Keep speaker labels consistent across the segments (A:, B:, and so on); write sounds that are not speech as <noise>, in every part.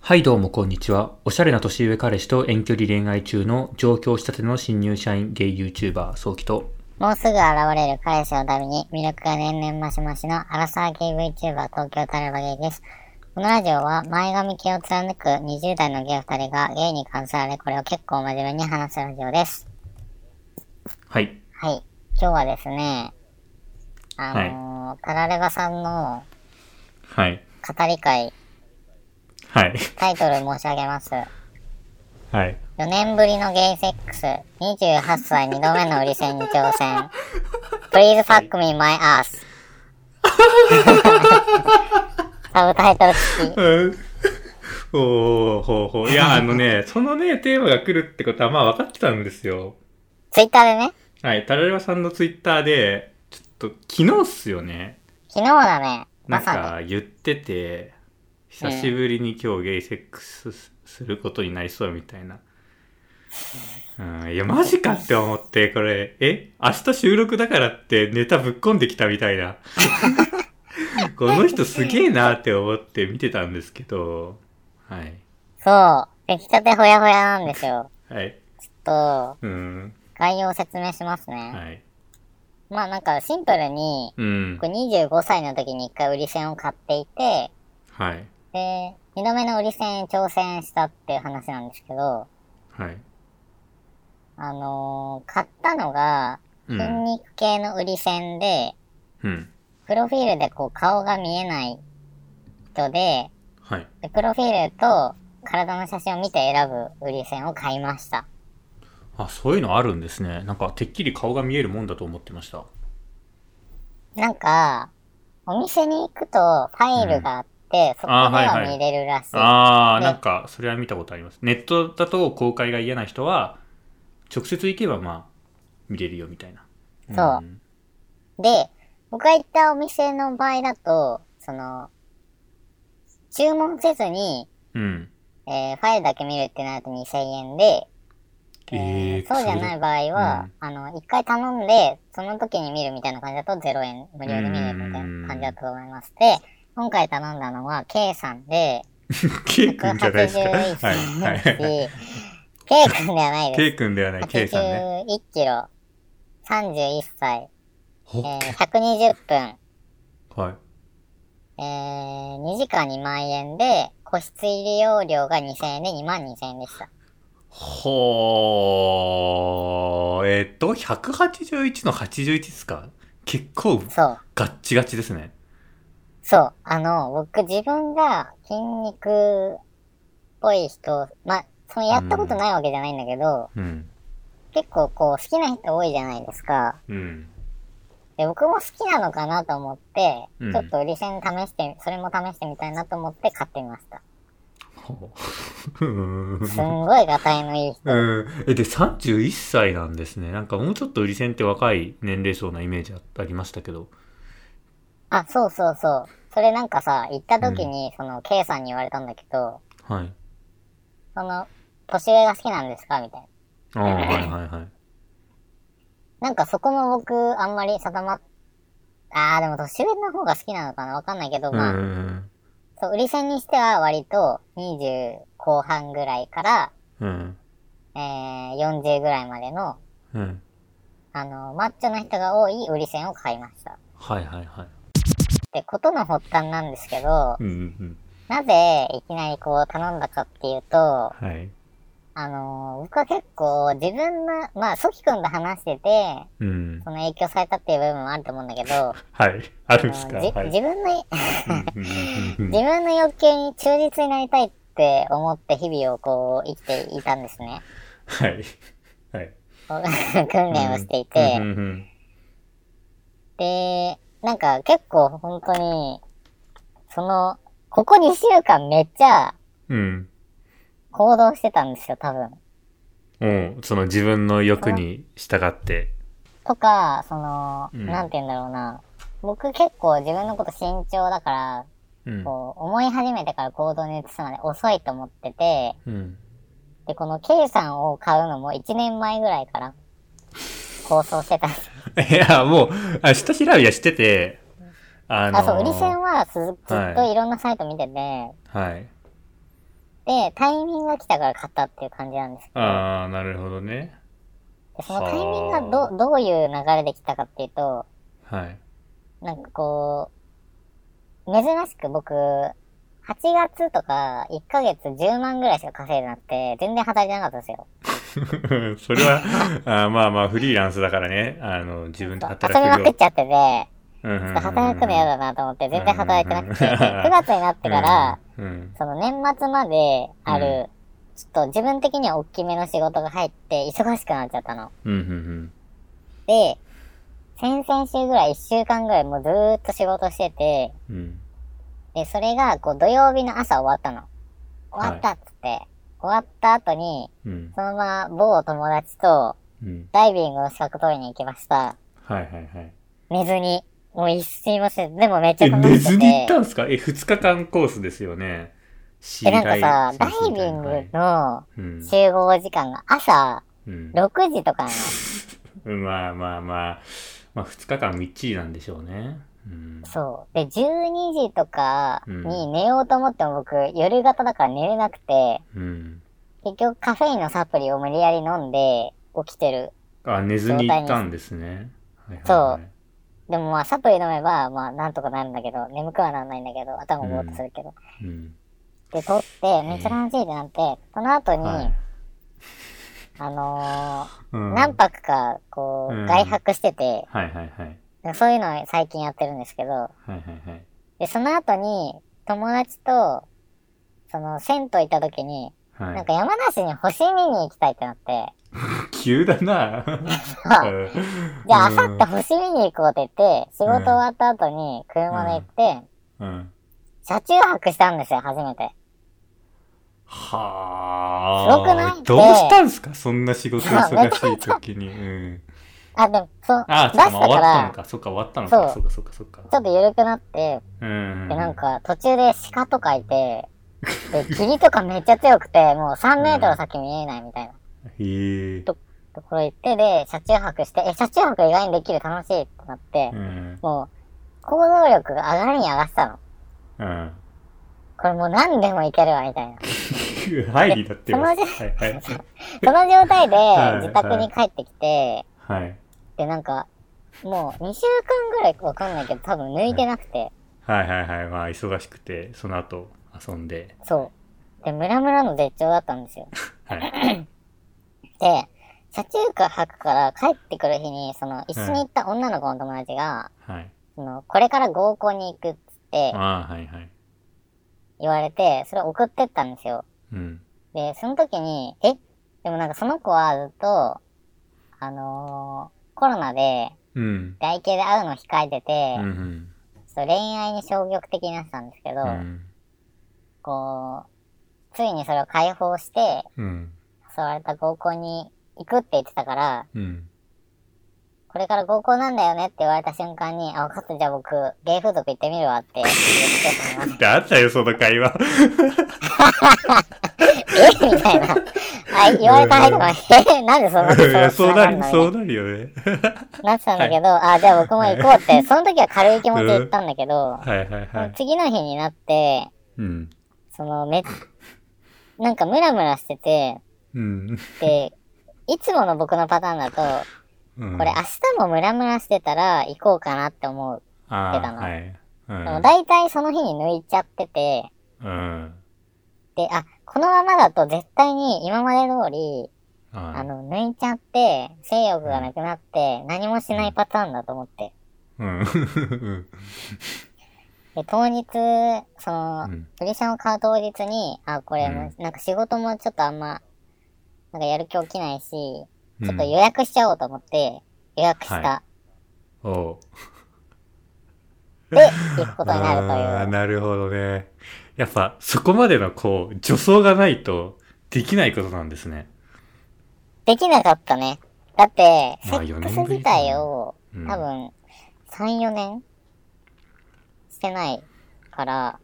A: はいどうもこんにちは。おしゃれな年上彼氏と遠距離恋愛中の上京したての新入社員ゲイ YouTuber 早期と
B: もうすぐ現れる彼氏のために魅力が年々増し増しのアラサー系 VTuber 東京タルバゲイです。このラジオは前髪系を貫く20代のゲイ2人がゲイに関するあれこれを結構真面目に話すラジオです。
A: はい
B: はい。今日はですね、あのータラレバさんの
A: はい
B: 語り会、
A: はい
B: タイトル申し上げます。
A: はい
B: 4年ぶりのゲイセックス、28歳2度目の売り線に挑戦。Please fuck me my ass. サブタイトル付き。
A: <laughs> おーほうほういやあのねそのねテーマが来るってことはまあ分かってたんですよ
B: ツイッターでね、
A: はいタラレバさんのツイッターでちょっと昨日っすよね
B: 昨日だね、
A: な
B: ま
A: ん
B: さに。
A: か言ってて久しぶりに今日ゲイセックスすすることになりそうみたいな、うん、いやマジかって思ってこれえ明日収録だからってネタぶっこんできたみたいなこの人すげえなって思って見てたんですけどはい
B: そう、出来たてほやほやなんですよ。
A: はい
B: と、
A: うん
B: 概要を説明しますね。
A: はい
B: まあなんかシンプルに、
A: うん
B: 僕25歳の時に一回売り線を買っていて、
A: はい
B: で、2度目の売り線に挑戦したっていう話なんですけど、
A: はい
B: あのー買ったのが、
A: う
B: 筋
A: ん
B: 肉系の売り線で、
A: うん
B: プロフィールでこう顔が見えない人で、
A: はい
B: でプロフィールと体の写真を見て選ぶ売り線を買いました。
A: あそういうのあるんですねなんかてっきり顔が見えるもんだと思ってました
B: なんか、お店に行くとファイルがあって、そこで
A: あーはい
B: は
A: はい
B: 見れるらしい。
A: ああ、
B: ね
A: なんか、それは見たことあります。ネットだと公開が嫌な人は、直接行けば、まあ、見れるよみたいな。
B: そう
A: うん
B: で、僕が行ったお店の場合だと、その、注文せずに、
A: うん。
B: えーファイルだけ見るってなると2000円で、
A: えー
B: そうじゃない場合は、あの、一回頼んで、その時に見るみたいな感じだと0円無料で見れるみたいな感じだと思います。で、今回頼んだのは K さんで、
A: ケイ君じゃないですか。
B: <laughs> 181
A: <laughs> はい。はい。
B: センチ、K 君ではない
A: ケ
B: で
A: イ君ではない、
B: す。
A: ケイさんね。
B: 81キロ、31歳、
A: ほっ
B: えー120分、
A: はい。
B: えー2時間2万円で、個室入り容量が2000円で2万2000円でした。
A: ほー。えっと、181の81ですか結構、
B: そう。
A: ガッチガチですね。
B: そう、あの、僕自分が筋肉っぽい人、まあ、そのやったことないわけじゃないんだけど、
A: うん。
B: 結構こう好きな人多いじゃないですか。 <laughs>
A: うん。
B: で、僕も好きなのかなと思って、
A: うん
B: ちょっと売り線試して、それも試してみたいなと思って買ってみました。
A: ほう。うん
B: すんごいがたいのいい人。 <laughs>
A: うん、えで31歳なんですねなんかもうちょっと売り線って若い年齢層なイメージあありましたけど
B: あ、そうそうそう。それなんかさ、行った時に、その、K さんに言われたんだけど、
A: はい
B: その、年上が好きなんですかみたいな。
A: ああはいはいはい
B: なんかそこも僕、あんまり定まっ、あーでも年上の方が好きなのかなわかんないけど、
A: うん
B: まあ、そう、売り線にしては割と20後半ぐらいから、
A: うんうん
B: えー、40ぐらいまでの、
A: うんうん
B: あの、マッチョな人が多い売り線を買いました。
A: はいはいはい
B: で、ことの発端なんですけど、
A: うんうん
B: なぜいきなりこう頼んだかっていう
A: は
B: と、
A: い
B: あのー僕は結構自分の、まあ、ソキ君と話してて、
A: うん
B: その影響されたっていう部分もあると思うんだけど、
A: はい <laughs> あるんです
B: あ
A: か
B: の
A: は
B: じ
A: い
B: 自分の、
A: うんうんうん
B: 自分の欲求に忠実になりたいって思って日々をこう生きていたんですね。 <laughs>
A: はいはい
B: こう訓練をしてい
A: うん
B: て。
A: うんうん
B: で、なんか結構本当に、その、ここ2週間めっちゃ
A: うん
B: 行動してたんですよ、多分。
A: うんその自分の欲に従って
B: とか、その、
A: うん
B: なんて言うんだろうな。僕結構自分のこと慎重だから、
A: うん
B: こう、思い始めてから行動に移すまで遅いと思ってて、
A: うん
B: で、この K さんを買うのも1年前ぐらいから、構想してたんです。
A: いやもうあ下調べはしててあのー
B: あ、そう、売り線はすずずっ
A: は
B: といろんなサイト見てて、
A: はい
B: で、タイミングが来たから買ったっていう感じなんですけど、
A: ああ、なるほどね。
B: でそのタイミング
A: は
B: が
A: あ
B: どどういう流れで来たかっていうと、
A: はい。
B: なんかこう、珍しく僕、8月とか1ヶ月10万ぐらいしか稼いでなくて、全然働いてなかったんですよ。
A: <laughs> それは、あーまあまあ、フリーランスだからね。あの、自分で
B: 遊
A: 働
B: び
A: く
B: まくっ
A: 量
B: ちゃってて、
A: うんうんうんうん。
B: 働くの嫌だなと思って全然働いてなくて、
A: うん
B: で9月になってから、
A: うん、うん。
B: その年末まである、
A: う
B: ちょっと自分的には大きめの仕事が入って忙しくなっちゃったの。
A: うん、うん、
B: で、先々週ぐらい1週間ぐらいもうずーっと仕事してて、
A: うん。うん。
B: で、それがこう土曜日の朝終わったの。終わったっつって、終わった後に、
A: うん。
B: そのまま某友達と
A: うん。
B: ダイビングの資格取りに行きました。
A: はいはいはい。
B: 寝ずに。もう一睡もせず、でもめっちゃ
A: え、
B: 楽
A: 寝
B: しくて。
A: ずに行ったんですかえ、2日間コースですよね。知
B: で、なんかさ、ダイビング
A: はい
B: の
A: うん
B: 集合時間が朝
A: うん。
B: 6時とかなの。
A: まあまあまあ、まあ2日間みっちりなんでしょうね。うん。
B: そう。で、12時とか
A: う
B: に寝ようと思っても僕、夜型だから寝れなくて、
A: うん。
B: 結局カフェインのサプリを無理やり飲んで起きてる。
A: あ、寝ずに行ったんですね。はいはいはい
B: でもまあサプリ飲めば、まあなんとかなるんだけど、眠くはならないんだけど、頭ぼーっとするけど。
A: うん。
B: で、取って、めっちゃ楽しいってなって、その後に、
A: はい。
B: あの
A: うんは
B: ー、
A: い
B: 何泊か、こ
A: うん
B: う、外泊してて、
A: はいはい。はい
B: そういうのを最近やってるんですけど、
A: はいはい。
B: で、その後に、友達と、その、銭湯行った時に、
A: はい、
B: なんか山梨に星見に行きたいってなって、
A: <laughs> 急だな。
B: じゃあ、あ
A: うん
B: さって星見に行こうって言って、仕事終わった後に車で行って、
A: うん。
B: 車中泊したんですよ、初めて。
A: は
B: すごくない
A: あ。どうしたんすかそんな仕事忙しい時
B: <laughs>
A: に。うん。
B: あ、でも、そう、
A: あ、
B: 出
A: そ
B: し
A: うか、
B: た
A: まあ終わったの
B: か
A: か。そっか、終わったのか。
B: そ
A: そっか、そっか、そっか。
B: ら、ちょっと緩くなって、
A: うん。
B: で、なんか、途中で鹿とかい
A: <laughs>
B: て、で、霧とかめっちゃ強くて、もう3メートル先見えないみたいな
A: へえ。
B: ところ行って、で、車中泊して、え、車中泊意外にできる楽しいってなって
A: う、ん。
B: もう、行動力が上がりに上がってたの。
A: うん。
B: これもう何でもいけるわ、みたいな。
A: 入りだってます。
B: その
A: はいはい。
B: <laughs> その状態で
A: はい
B: 自宅に帰ってきて、
A: はい。
B: で、なんか、もう2週間ぐらいわかんないけど、多分抜いてなくて、
A: はいはいはい。まあ、忙しくて、その後遊んで。
B: そう。で、ムラムラの絶頂だったんですよ。
A: はい。
B: で、車中泊から帰ってくる日に、その、一緒に行った女の子の友達が、
A: はい。
B: その、これから合コンに行くっつって
A: ああ、はいはい。
B: 言われて、それ送ってったんですよ。
A: うん。
B: で、その時に、えでもなんかその子はずっと、あのーコロナで、
A: うん。
B: 外形で会うの控えてて
A: う、ん。
B: ちょっと恋愛に消極的になってたんですけど、
A: うん。
B: こう、ついにそれを解放して、
A: うん。
B: 誘われた合コンに行くって言ってたから、
A: うん。
B: これから合コンなんだよねって言われた瞬間に、あ、分かった、じゃあ僕、ゲイ風俗行ってみるわって言ってたの
A: あったよ、その会話。<laughs>
B: えみたいな。あ、言われた相手が、えなんでそんなこ
A: いや
B: と
A: そうなる、
B: そ
A: そううなるよね。 <laughs>
B: なってたんだけど、あ、じゃあ僕も行こうって、その時は軽い気持ちで行ったんだけど、
A: はいはいはい。
B: 次の日になって、
A: うん。
B: そのめ、なんかムラムラしてて、
A: うん。
B: で、いつもの僕のパターンだと、
A: うん
B: これ明日もムラムラしてたら行こうかなって思う。
A: あ
B: ってたの
A: はい。う
B: でも
A: ん。
B: 大体その日に抜いちゃってて、
A: うん。
B: で、あ、このままだと絶対に今まで通り、あ
A: あ
B: の、抜いちゃって、性欲がなくなって、何もしないパターンだと思って。
A: うん。うん。
B: で、当日、その
A: うん、
B: プリシャンを買う当日に、あ、これも、なんか仕事もちょっとあんま、なんかやる気起きないし、ちょっと予約しちゃおうと思って、予約した。
A: はおう
B: で、行くことになる
A: <laughs>
B: と
A: あー
B: いう。
A: なるほどね。やっぱ、そこまでの、こう、助走がないと、できないことなんですね。
B: できなかったね。だって、セ
A: まあ4
B: ック
A: 年
B: ス
A: ぶり
B: 自体を、
A: うん
B: 多分、3、4年してないから、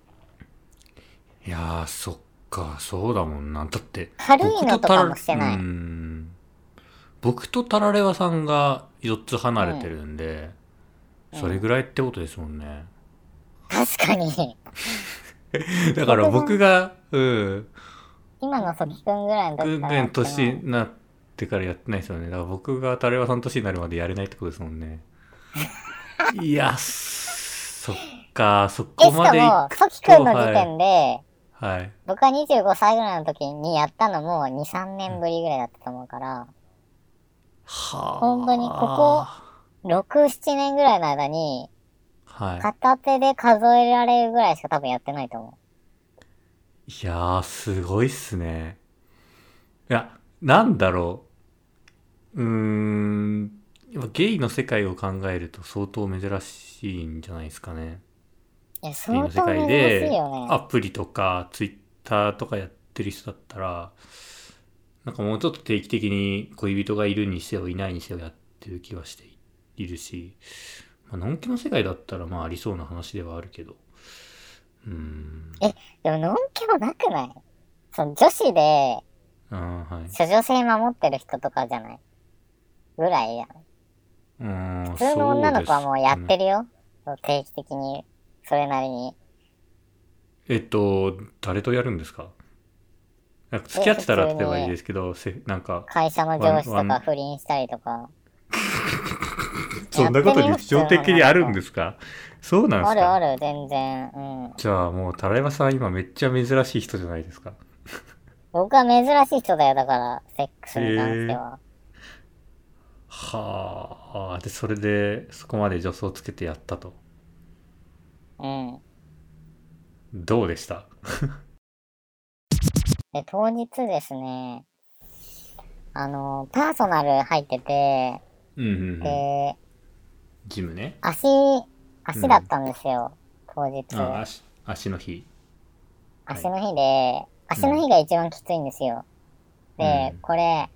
A: いやー、そっか、そうだもんな。だって、
B: 軽いのとかもしてない
A: 僕とタラうん僕とタラレワさんが4つ離れてるんで、
B: うん
A: それぐらいってことですもんね。
B: 確かに。
A: だから僕が、うん、
B: 今のソキ君ぐらいの
A: ぐ
B: 時
A: ん
B: か
A: ぐ
B: らや
A: ん
B: っても
A: 年になってからやってないですよねだから僕がタレワさん年になるまでやれないってことですもん
B: <laughs>
A: ねいやそっかそ
B: え、
A: こ
B: し
A: まで
B: か
A: 行
B: も、
A: く
B: ソ
A: と
B: キ君の時点で、
A: はい、はい、
B: 僕が25歳ぐらいの時にやったのも2、3年ぶりぐらいだったと思うから、
A: はあ
B: 本当にここ6、7年ぐらいの間に、
A: はい
B: 片手で数えられるぐらいしか多分やってないと思
A: いやー、すごいっすね。いや、なんだろう。うーん、やっぱゲイの世界を考えると相当珍しいんじゃないですかね。
B: う。い
A: ゲ
B: や、
A: イ
B: 相
A: の世
B: 当珍
A: 界
B: し
A: で
B: いよね
A: ア。プリとかツイッターとかやってる人だったら、なんかもうちょっと定期的に恋人がいるにせよいないにせよやってる気はしているし、まあのんきの世界だったらまあありそうな話ではあるけど、うーん、
B: でも、のんきもなくないその女子で、
A: あーはい。
B: 処女性守ってる人とかじゃないぐらいやん。
A: うーん
B: 普通の女の子はもうやっ
A: そうです
B: て
A: ね
B: るよ。そう定期的に、それなりに。
A: えっと、誰とやるんですかなんか付き合ってたら
B: え
A: 例
B: 普通
A: え
B: に
A: ばいいですけど、せなんか、
B: 会社の上司
A: ワ
B: と
A: ンワ
B: か
A: ン
B: 不倫したりとか。
A: そんなこと日常的にあるんですすかそうなんで
B: あ
A: す
B: る
A: か
B: ある、全然。うん。
A: じゃあもう、たらいまさん今めっちゃ珍しい人じゃないですか。
B: 僕は珍しい人だよ、だから、セックスに関しては。
A: はあ、で、それで、そこまで助走つけてやったと。
B: うん。
A: どうでした
B: で、当日ですね、あの、パーソナル入ってて、
A: うんうんうん。
B: で、
A: ジムね。
B: 足、足だったんですよ、当日。
A: あ足、足の日。はい
B: 足の日で、足の日が一番きついんですよ。で、
A: うん
B: これ、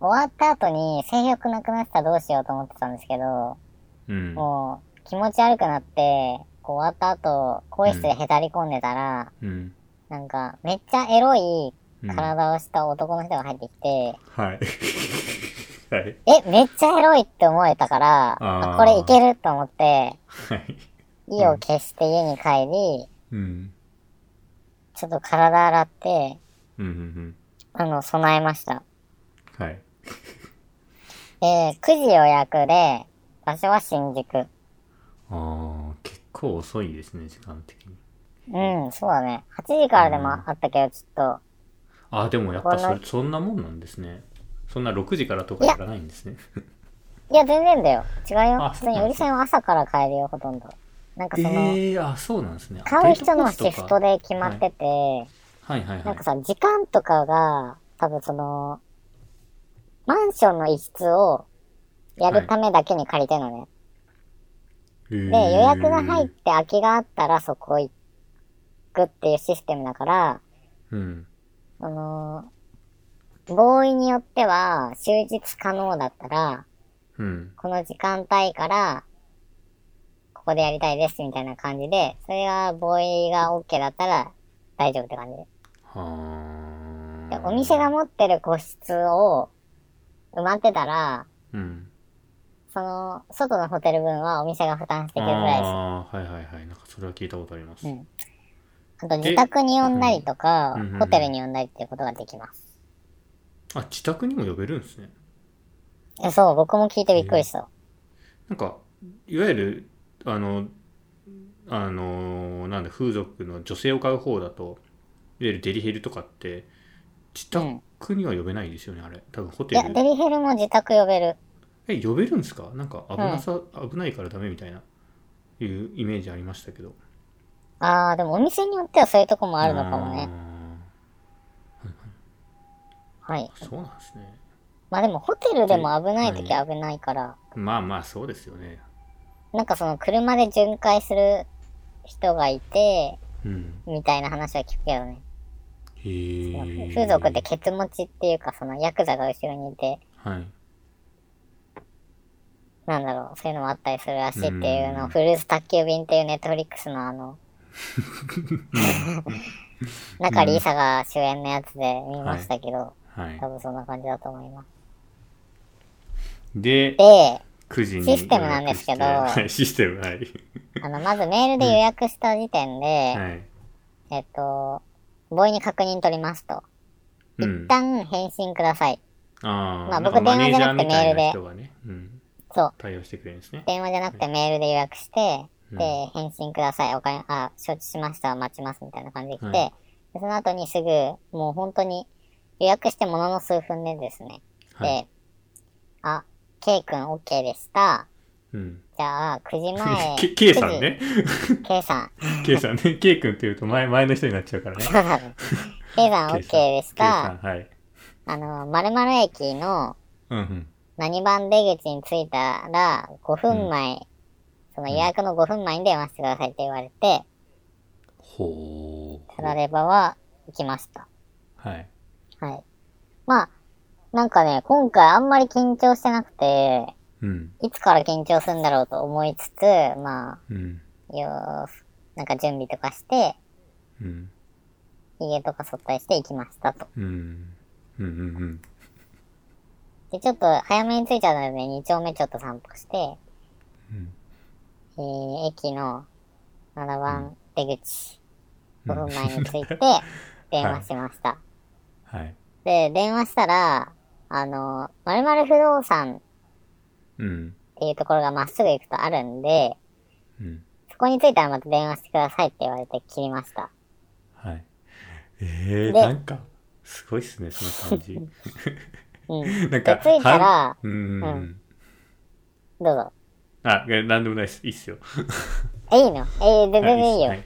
B: 終わった後に性欲なくなってたらどうしようと思ってたんですけど、
A: うん。
B: もう気持ち悪くなって、こう終わった後、更衣室でへたり込んでたら、
A: うん。
B: なんか、めっちゃエロい
A: うん、は
B: 体をした男の人が入ってきて、
A: い。 <laughs> はい。
B: え、めっちゃエロいって思えたから、
A: あー
B: あこれいけると思って、
A: はい。
B: 意を決して家に帰り、
A: うん。
B: ちょっと体洗って、
A: うんうんうん。
B: あの、備えました。
A: はい。
B: えー、9時予約で、場所は新宿。
A: ああ、結構遅いですね、時間的に。
B: うん、そうだね。8時からでもあったけど、ちょっ
A: ああ、でもやっぱ
B: こ
A: そ
B: の
A: れそんなもんなんですね。そんな6時からとかやらないんですね。
B: と。いや、全然だよ。違うよ。
A: あ
B: 普
A: そう
B: 通に
A: なんだ
B: 売り線は朝から帰るよ、ほとんど。なんかその、
A: ええー、あそうなんですね。あ
B: 買う人のシ
A: デー
B: フ
A: コ
B: ト
A: ースとか
B: で決まってて、
A: はいはいは
B: なん
A: い
B: か。さ、時間とかが、多分その、マンションの一室をやるためだけに借りてるのね。
A: で、
B: で、予約が入って空きがあったらそこ行くっていうシステムだから、
A: うん。
B: あのー、合意によっては、終日可能だったら、
A: うん。
B: この時間帯から、ここでやりたいですみたいな感じで、それが、合意が OK だったら大丈夫って感じで。
A: は
B: で
A: あ。
B: お店が持ってる個室を埋まってたら、
A: うん。
B: その、外のホテル分はお店が負担してくれるぐらいです。
A: ああ、はいはいはい。なんかそれは聞いたことあります。
B: うんあと、自宅に呼んだりとか
A: うんうんうんう、ん
B: ホテルに呼んだりっていうことができます。
A: あ、自宅にも呼べるんですね。
B: えそう、僕も聞いてびっくりした。
A: なんか、いわゆる、あの、あの、なんだ、風俗の女性を買う方だと、いわゆるデリヘルとかって、自宅には呼べないですよね、あれ。多分ホ
B: い
A: テ
B: や、
A: ル
B: デ。リヘルも自宅呼べる。
A: え、呼べるんですかなんか危なさ、危ないからダメみたいな、いうイメージありましたけど。
B: ああ、でもお店によってはそういうとこもあるのかもね。はい
A: あ。ー。そうなんですね。
B: まあでもホテルでも危ない時は危ないから、
A: まあまあ、そうですよね。
B: なんかその車で巡回する人がいて、
A: うん。
B: みたいな話は聞くけどね。
A: へえ。
B: 風俗ってケツ持ちっていうか、そのヤクザが後ろにいて、
A: はい。
B: なんだろう、そういうのもあったりするらしいっていうの
A: う
B: を、
A: ん
B: フルーツ宅急便っていうネットフリックスの
A: <laughs>
B: あの、中里依紗が主演のやつで見ましたけど、
A: はい
B: 多。分そんな感じだと思います。
A: で、
B: で、
A: 9時に。
B: システムなんですけど
A: はい、システム、はい。
B: あの、まずメールで予約した時点で、
A: はい。
B: えっと、ボーイに確認取りますと。
A: うん
B: 一。旦返信ください。
A: あ
B: まあ
A: あ、なん
B: 僕
A: かマネージ
B: 電
A: ャー
B: 話じゃなくて
A: みたい
B: メールで
A: な人がね、うん、
B: そう。
A: 対応してくれるんですね。
B: 電話じゃなくてメールで予約して、
A: うん
B: で、返信ください。お金、あ、承知しました。待ちます。みたいな感じで来て、
A: はい
B: でその後にすぐ、もう本当に予約してものの数分でですね。で、
A: はい。
B: あ、K 君 OK でした。
A: うん。
B: じゃあ、9時
A: <laughs>
B: 前。
A: け K さんね。
B: 9時。K さん。
A: <laughs> K さんね。K 君って言うと前、前の人になっちゃうからね。
B: そう
A: <laughs>
B: だね K さん OK でし
A: K さ
B: た。
A: ん、はい。
B: あの、〇〇駅の
A: うんうん。
B: 何番出口に着いたら5分前、その予約の5分前に電話してくださいって言われて、
A: ほ
B: タラ
A: ー。
B: レバは行きました。
A: はい。
B: はい。まあ、なんかね、今回あんまり緊張してなくて、
A: うん。
B: いつから緊張するんだろうと思いつつ、ま
A: うん。
B: あ、よーなんか準備とかして、
A: うん。
B: 髭とか剃ったりして行きましたと。
A: うん。うんうんうん。
B: で、ちょっと早めに着いちゃったので、2丁目ちょっと散歩して、
A: うん
B: えー、駅の7番出口
A: う
B: 5
A: ん
B: 分前に着いて、電話しました。
A: <laughs> はい。
B: で、電話したら、あの、〇〇不動産
A: うん。
B: っていうところがまっすぐ行くとあるんで、
A: うん。
B: そこに着いたらまた電話してくださいって言われて切りました。
A: はい。えー、
B: で
A: なんか、すごいっすね、その感
B: <laughs>
A: じ。
B: うん。で、
A: なん
B: 着
A: か、
B: いたら、
A: うんうんう。
B: うんどうぞ。
A: あ、いやなんでもないっす。いいっすよ。
B: え、いいのえー、全然いいよ。
A: ははい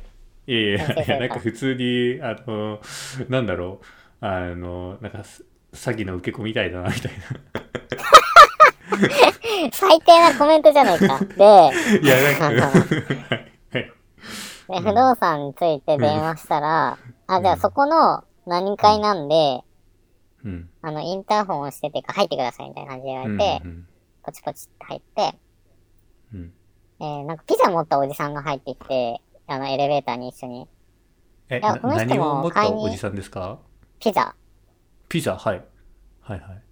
A: やいや
B: 先生
A: いや、なんか普通に、あの、なんだろう、あの、なんかす詐欺の受け子みたいだな、みたい
B: <laughs> 最低なコメントじゃないか。で、
A: な。いや、なん
B: <laughs>
A: か、はい。
B: で不動産について電話したら、あ、じゃあそこの何階なんで、
A: うん。
B: あの、インターホンを押しててか入ってくださいみたいな感じで言わ
A: う
B: れ
A: ん
B: て、
A: うん
B: ポチポチって入って、
A: うん
B: えー、なんかピザ持ったおじさんが入ってきて、あの、エレベーターに一緒に、
A: え、
B: いや
A: な
B: この人
A: 何を
B: も
A: 持っ
B: 買
A: た
B: いに
A: おじさんですか
B: ピザ。
A: ピザ、はい。はいはい。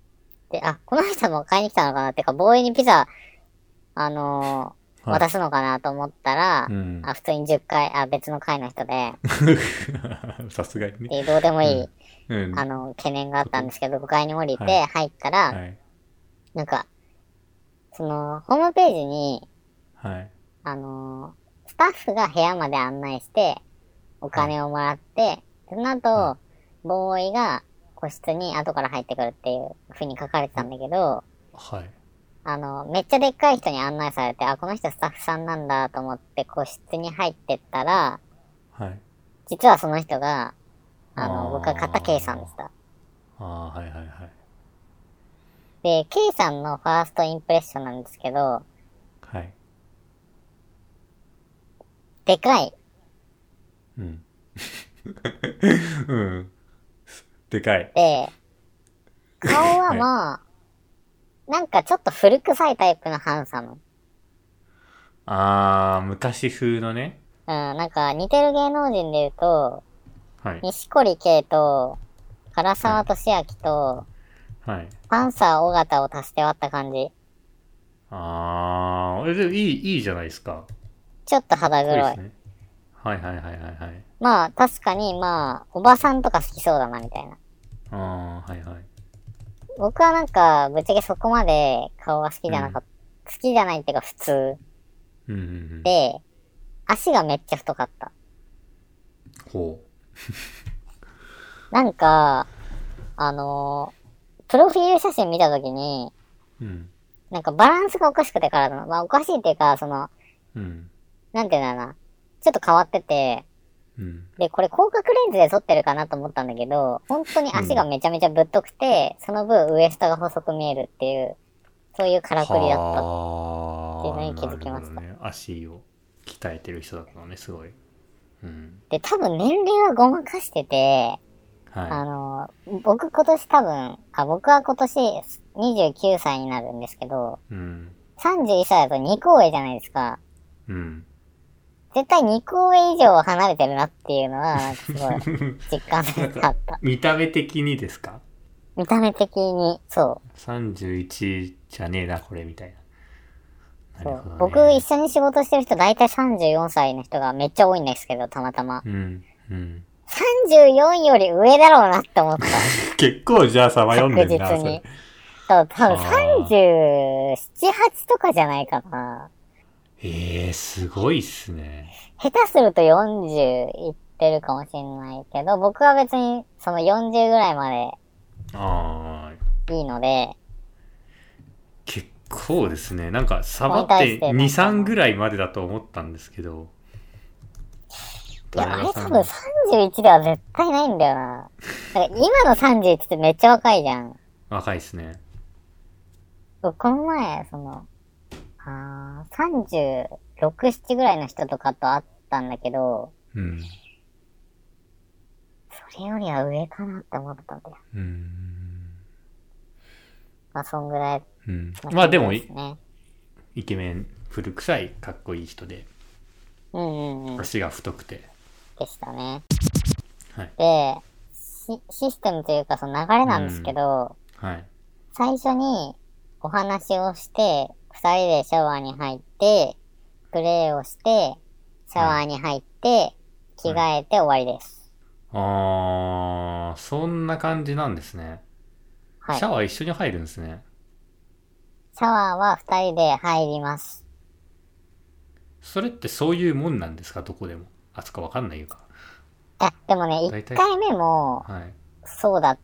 B: で、あ、この人も買いに来たのかなってか、ボーイにピザ、あのー
A: はい
B: 渡すのかなと思ったら、
A: うん。
B: あ、普通に10回、あ、別の回の人で、
A: <laughs> さすがにね。
B: でどうでもいい、
A: うん。
B: あ
A: は
B: の、懸念があったんですけど、5階に降り
A: は
B: て
A: い
B: 入ったら、
A: い。
B: なんか、その、ホームページに、
A: はい。
B: あのースタッフが部屋まで案内して、お金をもらって、その後、
A: は
B: ボーイが個室に後から入ってくるっていう風に書かれてたんだけど、
A: はい。
B: あの、めっちゃでっかい人に案内されて、あ、この人スタッフさんなんだと思って個室に入ってったら、
A: はい。
B: 実はその人が、あ
A: あー
B: の、僕は片 K さんでした。
A: ああー、はいはいはい。
B: で、K さんのファーストインプレッションなんですけど、
A: はい。
B: でかい。
A: うん。 <laughs> うん。でかい。
B: で、顔は
A: はい
B: まあ、なんかちょっと古臭いタイプのハンサム。うん、
A: ああ、昔風のね。
B: なんか似てる芸能人で言うと、
A: はい。
B: 錦織圭と、唐沢俊明と、
A: はい。
B: パンサー尾形を足して割った感じ。
A: ああ、えでもいい、いいじゃないですか。
B: ちょっと肌
A: そうで
B: 黒い
A: す。ね。はいはいはいはいはい。
B: まあ、確かに、まあ、おばさんとか好きそうだな、みたいな。
A: ああ、はいはい。
B: 僕はなんか、ぶっちゃけそこまで顔が好きじゃなかった。好きじゃないっていうか、普通
A: うんうんうん。
B: で、足がめっちゃ太かった。
A: ほ
B: なんか、あのープロフィール写真見たときに、
A: う。うん。
B: なんかバランスがおかしくて体の、まあおかしいっていうか、その、
A: うん。
B: なんていうんだろうな。ちょっと変わってて、
A: うん。
B: で、これ広角レンズで撮ってるかなと思ったんだけど、本当に足がめちゃめちゃぶっとくて、その分ウエストが細く見えるっていう、そういうからくりだった。
A: は
B: っ
A: あ
B: ていうのに気づきました
A: なるほどね。足を鍛えてる人だったのね、すごい。うん。
B: で、多分年齢はごまかしてて、あ
A: は
B: の、僕今年多分、あ、僕は今年29歳になるんですけど、
A: い。うん。
B: 31歳だと2個上じゃないですか。
A: うん。 <laughs>
B: 絶対2個上以上離れてるなっていうのは、なんかすごい
A: <laughs>
B: 実感があった。
A: 見た目的にですか
B: 見た目的に、そ
A: ?31 じゃねえな、これ、みたいな。
B: う。
A: な
B: そ
A: るほ
B: う
A: ど
B: 僕
A: ね、
B: 一緒に仕事してる人大体34歳の人がめっちゃ多いんですけど、たまたま。
A: うん。うん。 <laughs>
B: 34より上だろうなって思った。
A: 結構じゃあさまよんで
B: 確
A: ん
B: 実
A: な、そ
B: に
A: れ。。
B: そう、多分
A: あー
B: 37、8とかじゃないかな。
A: えー、すごいっすね。
B: 下手すると40いってるかもしれないけど、僕は別にその40ぐらいま
A: あー、
B: でいいので、
A: 結構ですね。なんか、サバっ
B: これに対しててな
A: 2、3
B: んか
A: ぐらいまでだと思ったんですけど。
B: いや、あれ
A: 田
B: 多
A: 中さん
B: 分31では絶対ないんだよな。なんか今の31ってめっちゃ若いじゃん。
A: 若いっすね。
B: 僕この前、その、あー36、7ぐらいの人とかと会ったんだけど、
A: うん。
B: それよりは上かなって思ったんだよ。
A: うん。
B: まあ、そんぐらい
A: うん
B: の人すね、
A: まあでも、
B: うん
A: イイケメン、古臭い、かっこいい人で、
B: うんうん。で
A: 足が太くて。
B: したね。
A: はい。
B: で、シシステムというか、その流れなんですけど、
A: はい。
B: 最初にお話をして、二人でシャワーに入って、プレイをして、シャワーに入って、着替えて終わりです。
A: あー、そんな感じなんですね。
B: はい。
A: シ
B: シ
A: ャ
B: ャ
A: ワー一緒に入るんですね。
B: ワーは二人で入ります。
A: それってそういうもんなんですかどこでも。あそこわかんないよか。
B: え、でもね、
A: 大
B: 一
A: 体
B: 回目も
A: はい。
B: そうだっ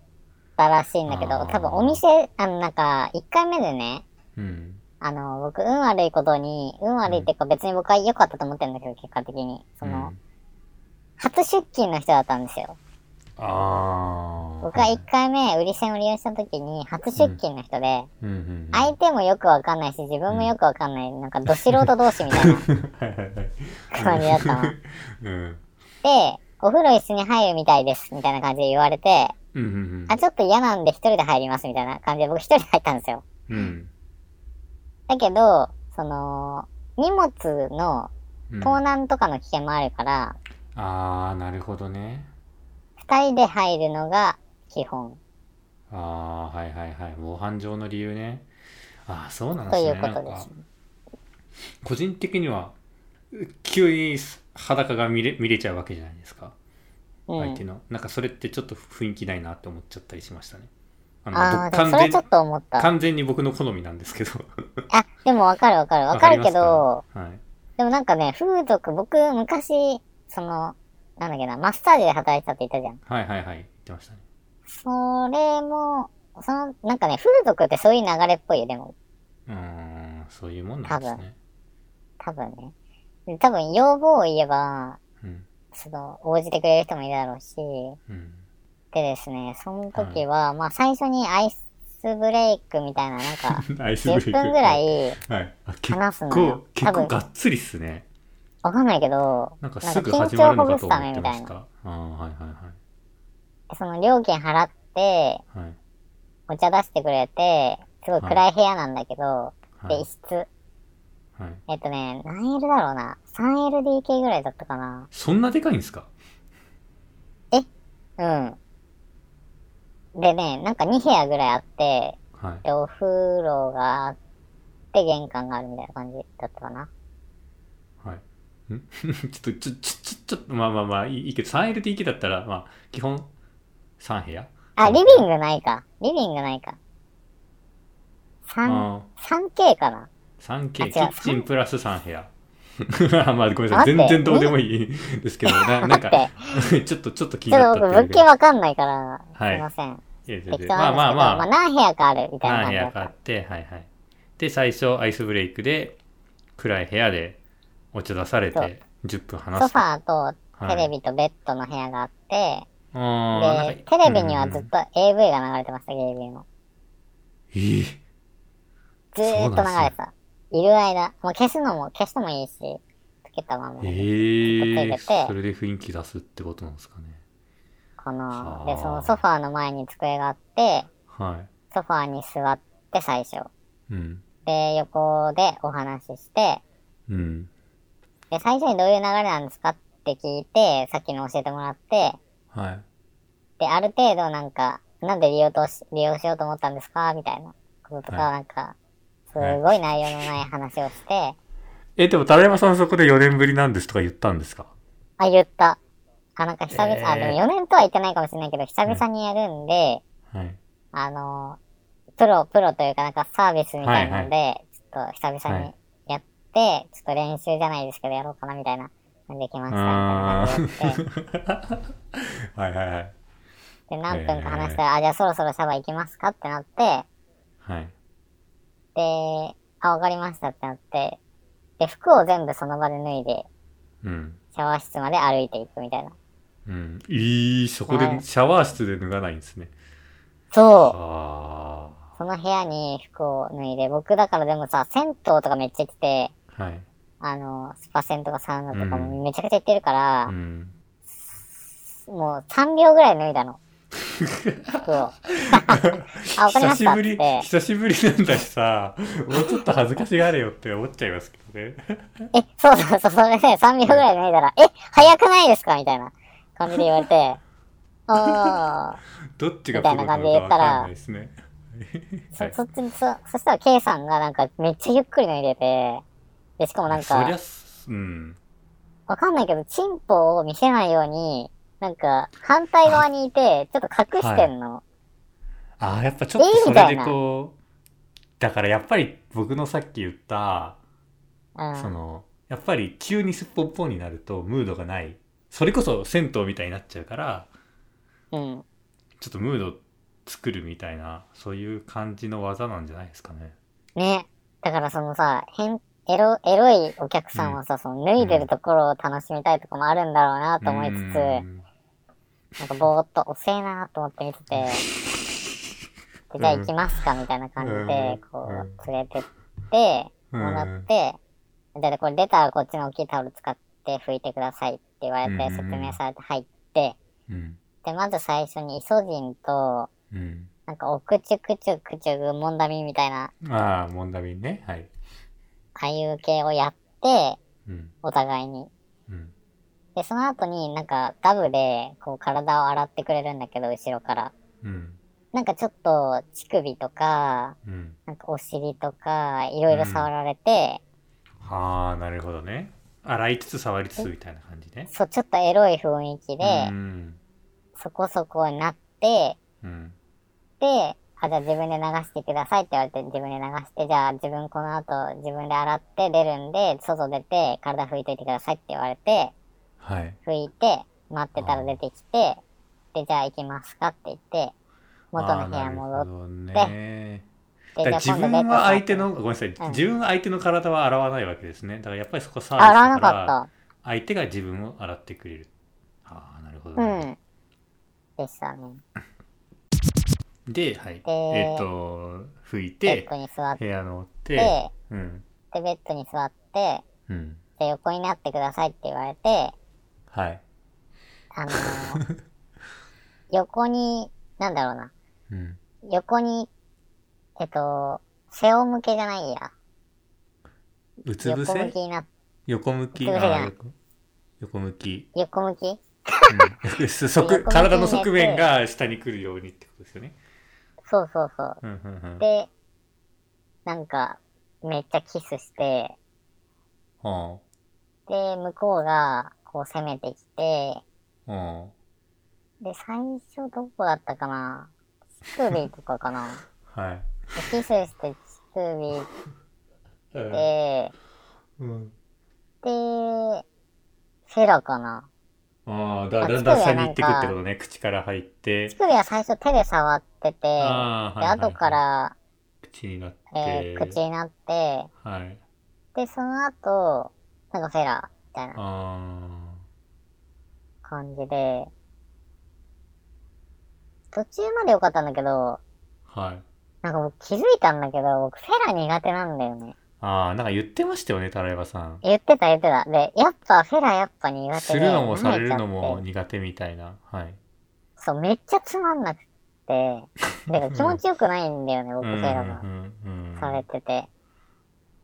B: たらしいんだけ
A: あ
B: ど、
A: ー
B: 多分お店、あの、なんか、一回目でね、
A: うん。
B: あの、僕、運悪いことに、運悪いっていうか別に僕は良かったと思ってるんだけど、結果的に。その、
A: うん、
B: 初出勤の人だったんですよ。
A: あー。
B: 僕は1回目、売り線を利用した時に、初出勤の人で、
A: うんうんうん。
B: 相手もよくわかんないし、自分もよくわかんない、なんか、ど素人同士みたいな
A: はいはいはい。
B: 感じだったの。で、
A: <laughs> うん。 <laughs>
B: お風呂室に入るみたいです、みたいな感じで言われて、
A: うんうん
B: あ、ちょっと嫌なんで一人で入ります、みたいな感じで僕一人で入ったんですよ。
A: うん。うん。
B: だけど、その、荷物の
A: うん
B: 盗難とかの危険もあるから、
A: あー、なるほどね。
B: 二人で入るのが基本
A: あー、はいはいはい。防犯上の理由ね。あー、そうなんで
B: と
A: す
B: い
A: ね。
B: うこと
A: な
B: で
A: んか
B: す。
A: 個人的には急に裸が見れ見れちゃうわけじゃないですか、
B: うん。
A: 相手のなんかそれってちょっと雰囲気ないなって思っちゃったりしましたねあの
B: ああ、
A: 僕
B: でもそ
A: 完
B: れちょ
A: 全
B: っと思った。
A: 完全に僕の好みなんですけど <laughs>
B: あ、でもわかるわかる。わかるけど
A: わ、かります
B: でもなんかね、風俗、僕、昔、その、なんだっけな、マッサージで働いてたって言ったじゃん。
A: か、はい、はいはいはい言ってましたね
B: それも、その、なんかね、風俗ってそういう流れっぽいよ、でも、
A: うーんそういうもんなんですね
B: 多分ね。で多分、要望を言えば、
A: うん
B: その、応じてくれる人もいるだろうし、
A: うん <laughs>
B: でですね、その時は、まあ、最初にアイスブレイクみたいな、なん
A: <laughs>
B: か、
A: アイスブレイク
B: 10分ぐらい、
A: はいあ結
B: 話すの
A: 構
B: よ
A: 結
B: 多
A: 構
B: 分
A: がっつりっすね
B: わかんないけど、
A: なんか
B: なん
A: す
B: か
A: ぐ始まるのか
B: 緊張ほぐ
A: と
B: す
A: 思
B: ため
A: って
B: み
A: ま
B: たい
A: し
B: な。
A: たああはいはい
B: その料金払って、
A: はいはい
B: お茶出してくれて、すごい暗い部屋なんだけど、
A: は
B: で、
A: い
B: 一室。
A: はい
B: えっとね、何 L だろうな。3LDK ぐらいだったかな。
A: そんなでかいんですか
B: うん。でね、なんか2部屋ぐらいあって、
A: はい <laughs>
B: で、お風呂があって、玄関があるみたいな感じだったかな。
A: はい。んちょっと、ちょ、ちょ、ちょ、ちょっと、まあまあまあ、いいいいけど、3LDK だったら、まあ、基本、3部屋
B: あ、リビングないか。リビングないか。3、
A: あ
B: 3K か
A: あ、
B: な。
A: 3K、キ
B: あ違う
A: ッチンプラス3部屋。 <laughs> まあ、ごめんなさい、
B: 待って
A: 全然どうでもいいですけど、ななんか <laughs>
B: 待、
A: ちょっと、ちょっと気に
B: ちょ
A: な
B: っ
A: っ
B: と
A: た
B: 僕、
A: っていう
B: 物件
A: わ
B: わかんないから、
A: はい
B: すいません。
A: けで。いや全然
B: 適当
A: ま
B: な
A: あ
B: ん
A: まあま
B: ですけど、まあ
A: あ、
B: 何部屋かあるみたいな
A: 何
B: 感
A: 部
B: じだ
A: 屋
B: った
A: かあって、はいはい。で、最初、アイスブレイクで、暗い部屋で、お茶出され
B: そう
A: て、10分話す
B: ソフ
A: と。
B: ァーとテレ
A: ビ。
B: ビとベッドの部屋があって、
A: あーなん
B: で、
A: か
B: テレビには
A: うん
B: ずっと AV が流れてました、ゲイビーの。
A: えー
B: ずーっと流れてた。いる間、もう消すのも、消してもいいし、つけたまま
A: え
B: で、
A: え
B: て
A: それで雰囲気出すってことなんですかね。
B: かな。
A: はあ
B: で、そのソファーの前に机があって、
A: は
B: ソファーに座って最初。
A: い。うん。
B: で、横でお話しして、
A: うん。
B: で、最初にどういう流れなんですかって聞いて、さっきの教えてもらって、
A: はい。
B: で、ある程度なんか、なんで利用とし、利用しようと思ったんですかみたいなこととか、
A: は
B: なんか、すごい内容のない話をして、
A: え、でも、田山さんそこで4年ぶりなんですとか言ったんですか
B: あ、言った。あ、なんか久々、あ、
A: えー
B: でも4年とは言ってないかもしれないけど、久々にやるんで、
A: はい。
B: あの、プロ、プロというか、なんかサービスみたいなので、ちょっと久々にやって、ちょっと練習じゃないですけど、やろうかなみたいな感じできました、みたいな
A: あ
B: 感じでやって。
A: ー <laughs> はいはいはい。
B: で、何分か話したら、あ、じゃあそろそろシャワー行きますかってなって、
A: はい。
B: で、あ、わかりましたってなって、で、服を全部その場で脱いで、
A: うん。
B: シャワー室まで歩いていくみたいな。
A: うん。いい、そこで
B: はい
A: シャワー室で脱がないんですね。
B: そう
A: あ
B: その部屋に服を脱いで、僕だからでもさ、銭湯とかめっちゃ来て、
A: あ。はい。
B: あの、スパ銭とかサウナとか
A: う
B: もめちゃくちゃ行ってるから、
A: うん。
B: もう3秒ぐらい脱いだの。
A: <laughs>
B: 服を。あ、わかり
A: 久
B: まし
A: した
B: っ
A: ぶり、
B: て。
A: 久しぶりなんだしさ、もうちょっと恥ずかしがれよって思っちゃいますけどね。
B: <laughs> え、そうそうそう、それで、ね、3秒ぐらい脱いだら、え、早くないですかみたいな感じで言われて、あ
A: どっちがプロなのかわかんないですね。
B: ー
A: は
B: そ
A: い
B: そっちにそ、そしたら K さんがなんかめっちゃゆっくり脱いでて、で、しかもなん
A: そり
B: か
A: ゃ、、うん。
B: わかんないけど、チンポを見せないように、なんか、反対側にいて、ちょっと隠してんの。
A: ああ、やっぱちょっとそれでこう、だからやっぱり僕のさっき言った、
B: うん。
A: その、やっぱり急にすっぽんぽんになるとムードがない。それこそ銭湯みたいになっちゃうから、
B: うん。
A: ちょっとムード作るみたいな、そういう感じの技なんじゃないですかね。
B: ね。だからそのさ、変、エロ、エロいお客さんはさ、その脱いでるところを楽しみたいとかもあるんだろうなと思いつつ、
A: うん
B: なんかぼーっと遅えなと思って見てて、でじゃあ行きますかみたいな感じで、こう、連れてって、
A: う
B: もら
A: ん
B: っ。て、じゃあこれ出たらこっちの大きいタオル使って拭いてくださいって言われて、
A: うん
B: 説明されて入って、
A: うん。
B: で、まず最初にイソジンと、
A: うん。
B: なんか、おくちゅくちゅくちゅぐもんだみみたいな、
A: ああ、モンダミンね。はい。
B: ああいう系をやって、
A: うん。
B: お互いに。
A: うん。
B: で、その後になんか、ダブで、こう、体を洗ってくれるんだけど、後ろから。
A: うん。
B: なんかちょっと、乳首とか、
A: うん。
B: なんかお尻とか、いろいろ触られて、
A: はあ、なるほどね。洗いつつ触りつつみたいな感じね。
B: そう、ちょっとエロい雰囲気で
A: う、ん。
B: そこそこになって、
A: うん。
B: で、あ、じゃあ自分で流してくださいって言われて、自分で流して、じゃあ自分この後自分で洗って出るんで、外出て、体拭いといてくださいって言われて、
A: はい。
B: 拭いて、待ってたら出てきて、で、じゃあ行きますかって言って、元の部屋戻
A: あーな
B: っ
A: るほどね。だ
B: て、
A: か
B: じ
A: ら
B: ゃあ
A: 自
B: 今度
A: 分は相手
B: ベッドに
A: の、ごめんなさい、
B: うん
A: 自分は相手の体は洗わないわけですね。だからやっぱりそこはサービス
B: 洗わな
A: だから
B: かっ
A: 相手が自分を洗ってくれる。ああ、なるほど、
B: た。う
A: ね
B: ん。でしたね。
A: で、はい。
B: で
A: えっ、と、拭い
B: ベ
A: て
B: ッド、に座っ
A: 部屋乗って、
B: て、
A: うん。
B: で、ベッドに座って、
A: うん。
B: で、横になってくださいって言われて、
A: はい。
B: あの
A: <laughs>
B: ー横に、なんだろうな。
A: うん。
B: 横に、えっと、背を向けじゃないや。
A: うつ伏
B: 横向
A: せ
B: きになっ
A: 横向き。
B: うつ伏せじゃない
A: あー横横向き。
B: 横向き
A: <laughs> うんす
B: 横向
A: 側
B: きに
A: 体の側面が下に来るようにってことですよね。
B: そうそうそう。
A: うんうんうん。
B: で、なんか、めっちゃキスして、
A: は
B: で、向こうが、こう攻めてきて、
A: あ。は
B: で、最初どこだったかな乳首とかかな
A: あ。はい。
B: でキスして乳首で、
A: うん。
B: で、セロかな
A: ああ、だ
B: あ
A: だんだん
B: 乳首は
A: 下
B: なん
A: に
B: か
A: 行ってくってことね。口から入って
B: 乳、首は最初手で触ってて、で、
A: あーはいはいはい
B: 後から、
A: 口になって、
B: えー口になって、
A: はい。
B: で、その後、なんかフェラみたいな
A: あ
B: 感じで、途中まで良かったんだけど、
A: あ、はい。
B: なんか僕気づいたんだけど、僕フェラ苦手なんだよね。
A: ああ、なんか言ってましたよね、タラヤバさん。
B: 言ってた言ってた。で、やっぱフェラやっぱ苦手で。
A: するのもされるの
B: 慣
A: も
B: れちゃって。
A: 苦手みたいな。はい。
B: そう、めっちゃつまんなく
A: <laughs>
B: て。だから気持ちよくないんだよね、僕
A: うんう
B: フェ
A: ん
B: ラが
A: うんうん。
B: されてて。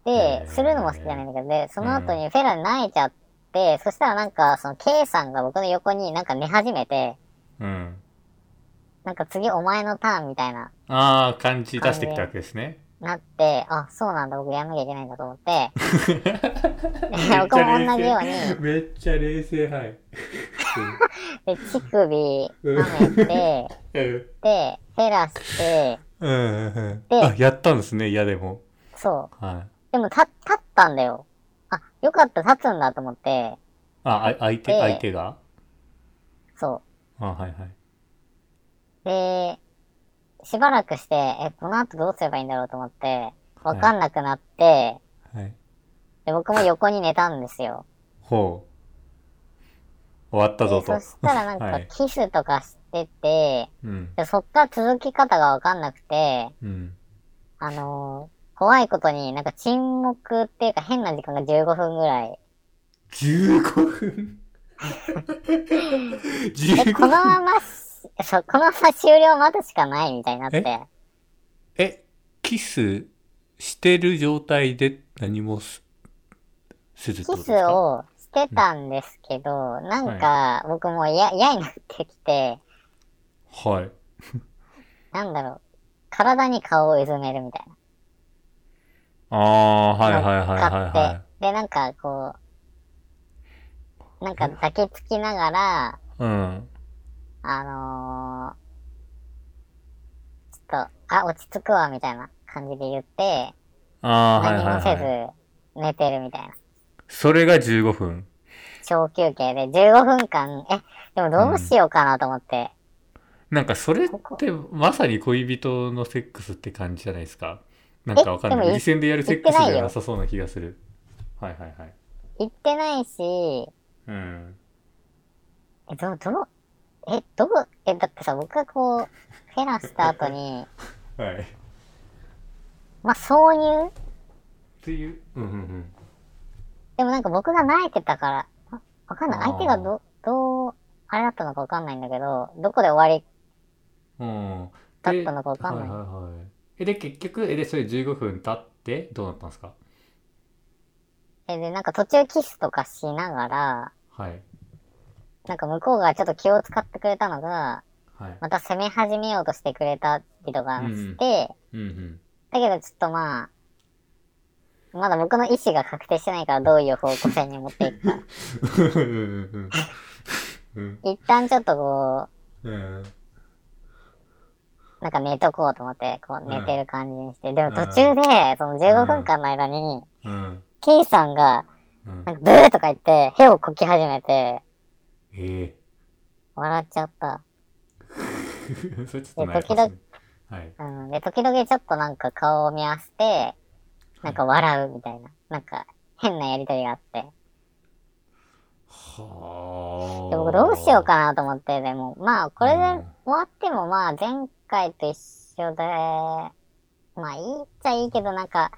A: へー
B: で、するのも好きじゃないんだけど、で、その後にフェラに慣れちゃって、そしたらなんか、その K さんが僕の横になんか寝始めて、
A: うん。
B: なんか次お前のターンみたいな、
A: ああ、感じ出してきたわけですね。
B: なって、あ、そうなんだ、僕やんなきゃいけないんだと
A: <laughs>
B: 思って、
A: めっちゃ
B: 僕も同じよう
A: 冷静
B: に、
A: めっちゃ冷静、はい。
B: で、乳首舐めて、
A: うん
B: で、減らして、
A: うんうん
B: で
A: あ、やったんですね、いやでも。
B: そう。
A: はい。
B: でも、た、立ったんだよ。あ、よかった、立つんだと思って、
A: あ、あ相手、
B: で
A: 相手が
B: そ
A: あ、はいはい。
B: う。で、しばらくして、え、この後どうすればいいんだろうと思って、わかんなくなって、
A: はい。
B: で、僕も横に寝たんですよ。
A: ほう。終わったぞ
B: で、
A: と
B: そ。したらなん
A: は
B: か
A: い
B: キスとかしてて、
A: うん。
B: でそっから続き方がわかんなくて、
A: うん。
B: あのー怖いことになんか沈黙っていうか変な時間が15分ぐらい。
A: 15分
B: <laughs> え、
A: 15
B: この
A: 分
B: まま、 <laughs> そう、このまま終了待つしかないみたいになって。
A: え、キスしてる状態で何もすするってことです
B: キス
A: か
B: をしてたんですけど、なんか僕もうや嫌になってきて、
A: はい。
B: なんだろう、体に顔をうずめるみたいな。
A: ああ、はいはいはい
B: 乗っ
A: はい
B: かってで、なんかこう、なんか抱きつきながら、
A: はい。
B: あのー、ちょっと、あ、落ち着くわ、みたいな感じで言って、
A: うん。ああー、はい
B: 何もせ
A: はいはい。
B: ず寝てるみたいな。
A: それが15分。
B: 小休憩で15分間、え、でもどうしようかなと思って。
A: なんかそれってまさに恋人のセックスって感じじゃないですか。なんかわかんな
B: えで
A: い。
B: も
A: 理線でやるセックス
B: 言ってない
A: で
B: よ
A: はなさそうな気がする。はいはいはい。
B: 行ってないし、
A: うん。
B: え、どう、どう、え、どう、え、だってさ、僕がこう、フェラした後
A: <laughs>
B: に、
A: はい。っ
B: まあ、挿入
A: ていう。うんうんうん。
B: でもなんか僕が慣れてたから、あわかんない。
A: あー
B: 相手がど、どう、あれだったのかわかんないんだけど、どこで終わり
A: うん、
B: だったのかわかんない
A: ではいはいはい、えで結局えでそれ15分経ってどうなったんですか
B: えで、なんか途中キスとかしながら、
A: はい
B: なんか向こうがちょっと気を使ってくれたのが、
A: はい
B: また攻め始めようとしてくれたりとかして、
A: うん
B: <laughs>
A: うん
B: だけどちょっとまあ、まだ僕の意思が確定してないからどういう方向性に持っていく
A: <laughs>
B: か。
A: うんうん
B: 一旦ちょっとこ
A: うん
B: う、なんか寝とこうと思って、こう寝てる感じにして、でも途中で、そ
A: う
B: の
A: ん
B: 15分間の間に、
A: うん
B: ケイさんが、
A: うん
B: なんかブーとか言って、屁をこき始めて、
A: え
B: 笑っちゃった。
A: え <laughs> それちょっとないはい
B: うん。で、時々ちょっとなんか顔を見合わせて、なんか笑うみたいな。なんか、変なやりとりがあって。
A: は
B: で、
A: あ
B: 僕どうしようかなと思って、でも、まあ、これで
A: うん
B: 終わっても、まあ、前回と一緒で、まあ、いいっちゃいいけど、なんか、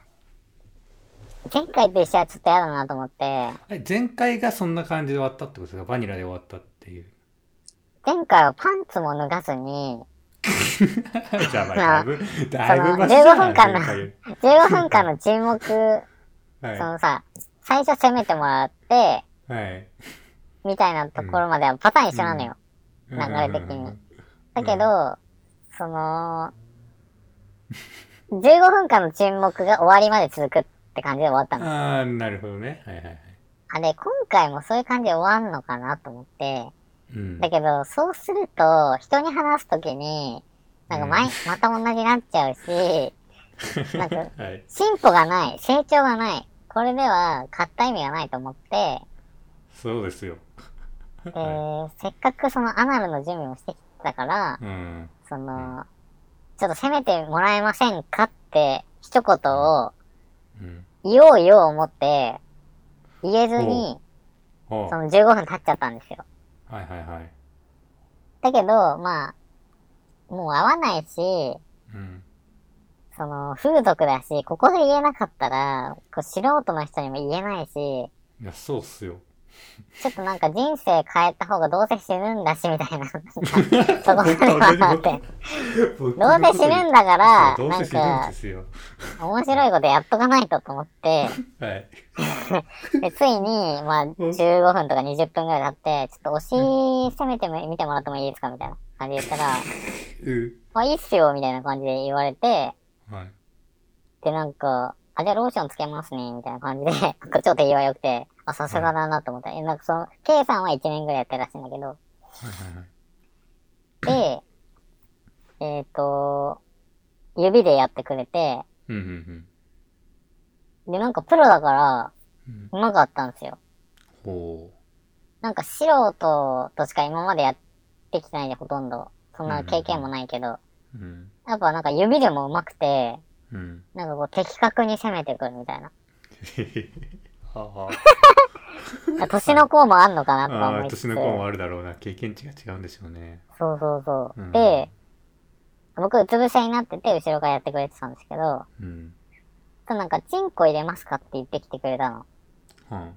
B: 前回と一緒はちょっと嫌だなと思って、
A: え前回がそんな感じで終わったってことですかバニラで終わったっていう <laughs>
B: 前回はパンツも脱がずに、
A: じゃあまあだいぶだいぶマシ
B: 15分間の
A: 前回より
B: 15分間の沈黙、そのさ、最初攻めてもらって、
A: はいはい
B: みたいなところまではパターン一緒なのよ。流れ的にだけど、その、15分間の沈黙が終わりまで続くって感じで終わったの。
A: ああなるほどねはいはいはい
B: あれ、今回もそういう感じで終わんのかなと思って、
A: うん
B: だけど、そうすると、人に話すときに、なんか前、また同じになっちゃうし、なんか、
A: <laughs> はい
B: 進歩がない、成長がない。これでは、買った意味がないと思って、
A: そうですよ
B: で、せっかくそのアナルの準備もしてきたから、
A: うん
B: その、ちょっと攻めてもらえませんかって、一言を
A: うん
B: 言おうよう思って、言えずに、
A: ほ
B: そうの15分経っちゃったんですよ。
A: はいはいはい
B: だけど、まあ、もう会わないし、
A: うん
B: その、風俗だし、ここで言えなかったら、こう素人の人にも言えないし、ち
A: いやそうっすよ
B: ょっとなんか人生変えた方がどうせ死ぬんだし、みたいな。なん
A: <laughs>
B: かそこま
A: 本当
B: で
A: 同
B: 待
A: じ
B: っ
A: こと
B: て。
A: 僕
B: どうせ死ぬんだから、
A: そうどうせ
B: なん
A: 死ぬん
B: か
A: で、すよ
B: 面白いことやっとかないとと思って、
A: はい
B: でついに、まあ、15分とか20分ぐらい経って、ちょっと推し攻めてみ見てもらってもいいですかみたいな感じで言ったら、 <laughs>
A: う
B: まあいいっすよ、みたいな感じで言われて、
A: はい
B: <laughs> で、なんか、あ、じゃあローションつけますね、みたいな感じで、なんかちょっと言いはよくて、あ、さすがだなと思った。え、なんかその、K さんは1年ぐらいやってるらしいんだけど、
A: はいはいはい。
B: で、えっ、と、指でやってくれて、
A: うんうんうん
B: で、なんかプロだから、
A: うん。
B: うまかったんですよ。
A: ほ
B: なんか素人としか今までやってきてないんで、ほとんど。そんな経験もないけど、
A: う。うん。
B: やっぱなんか指でも上手くて、
A: <laughs> うん。
B: なんかこう的確に攻めてくるみた
A: <laughs>
B: いな。
A: は
B: 年の子もあんのかな
A: あ。
B: とか
A: あ
B: 思
A: あ、
B: いつつ。
A: 年の子もあるだろうな。経験値が違うんでしょうね。
B: そうそうそう。
A: うん
B: で、僕うつ伏せになってて後ろからやってくれてたんですけど、
A: うん。
B: となんかチンコ入れますかって言ってきてくれたの。
A: は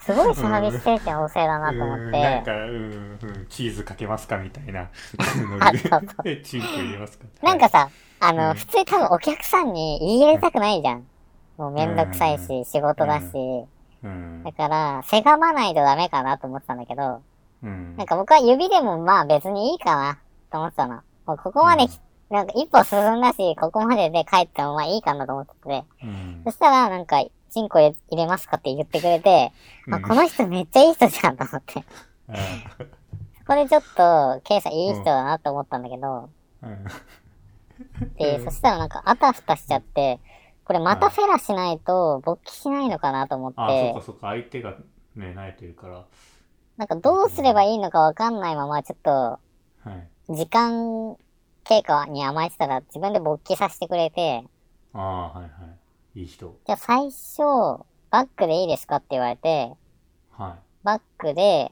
B: すごいサービス精神旺盛だ
A: あ、
B: な
A: う
B: と
A: ん
B: 思っ
A: なん
B: て、
A: か、うん、うんチーズかけますかみたいな。
B: あそうそ
A: で <laughs> チンコ入れますか
B: なんかさ、あの、
A: うん
B: 普通多分お客さんに言い入れたくないじゃん。もうめんどくさいし、
A: う
B: 仕事だし、
A: うん
B: だ。から、せがまないとダメかなと思ってたんだけど、
A: うん
B: なん。か僕は指でもまあ別にいいかなと思ってたの。もうここまでき、なんか一歩進んだし、ここまでで帰ってもまあいいかなと思ってて。
A: うん
B: そしたらなんか、チンコ入れますかって言ってくれて、
A: う
B: あ
A: ん
B: この人めっちゃいい人じゃんと思って。ここでちょっと、ケイさんいい人だなと思ったんだけど、
A: うん
B: で、
A: うん
B: そしたらなんかあたふたしちゃって、これまたフェラしないと勃起しないのかなと思っ
A: ああ、そっか
B: て、
A: そっか。相手がね、慣れてるから。
B: なんかどうすればいいのかわかんないままちょっと、
A: はい。
B: 時間経過に甘えてたら自分で勃起させてくれて、
A: ああ、はいはい。いい人。
B: じゃあ最初、バックでいいですかって言われて、
A: は
B: バックで
A: い。はい。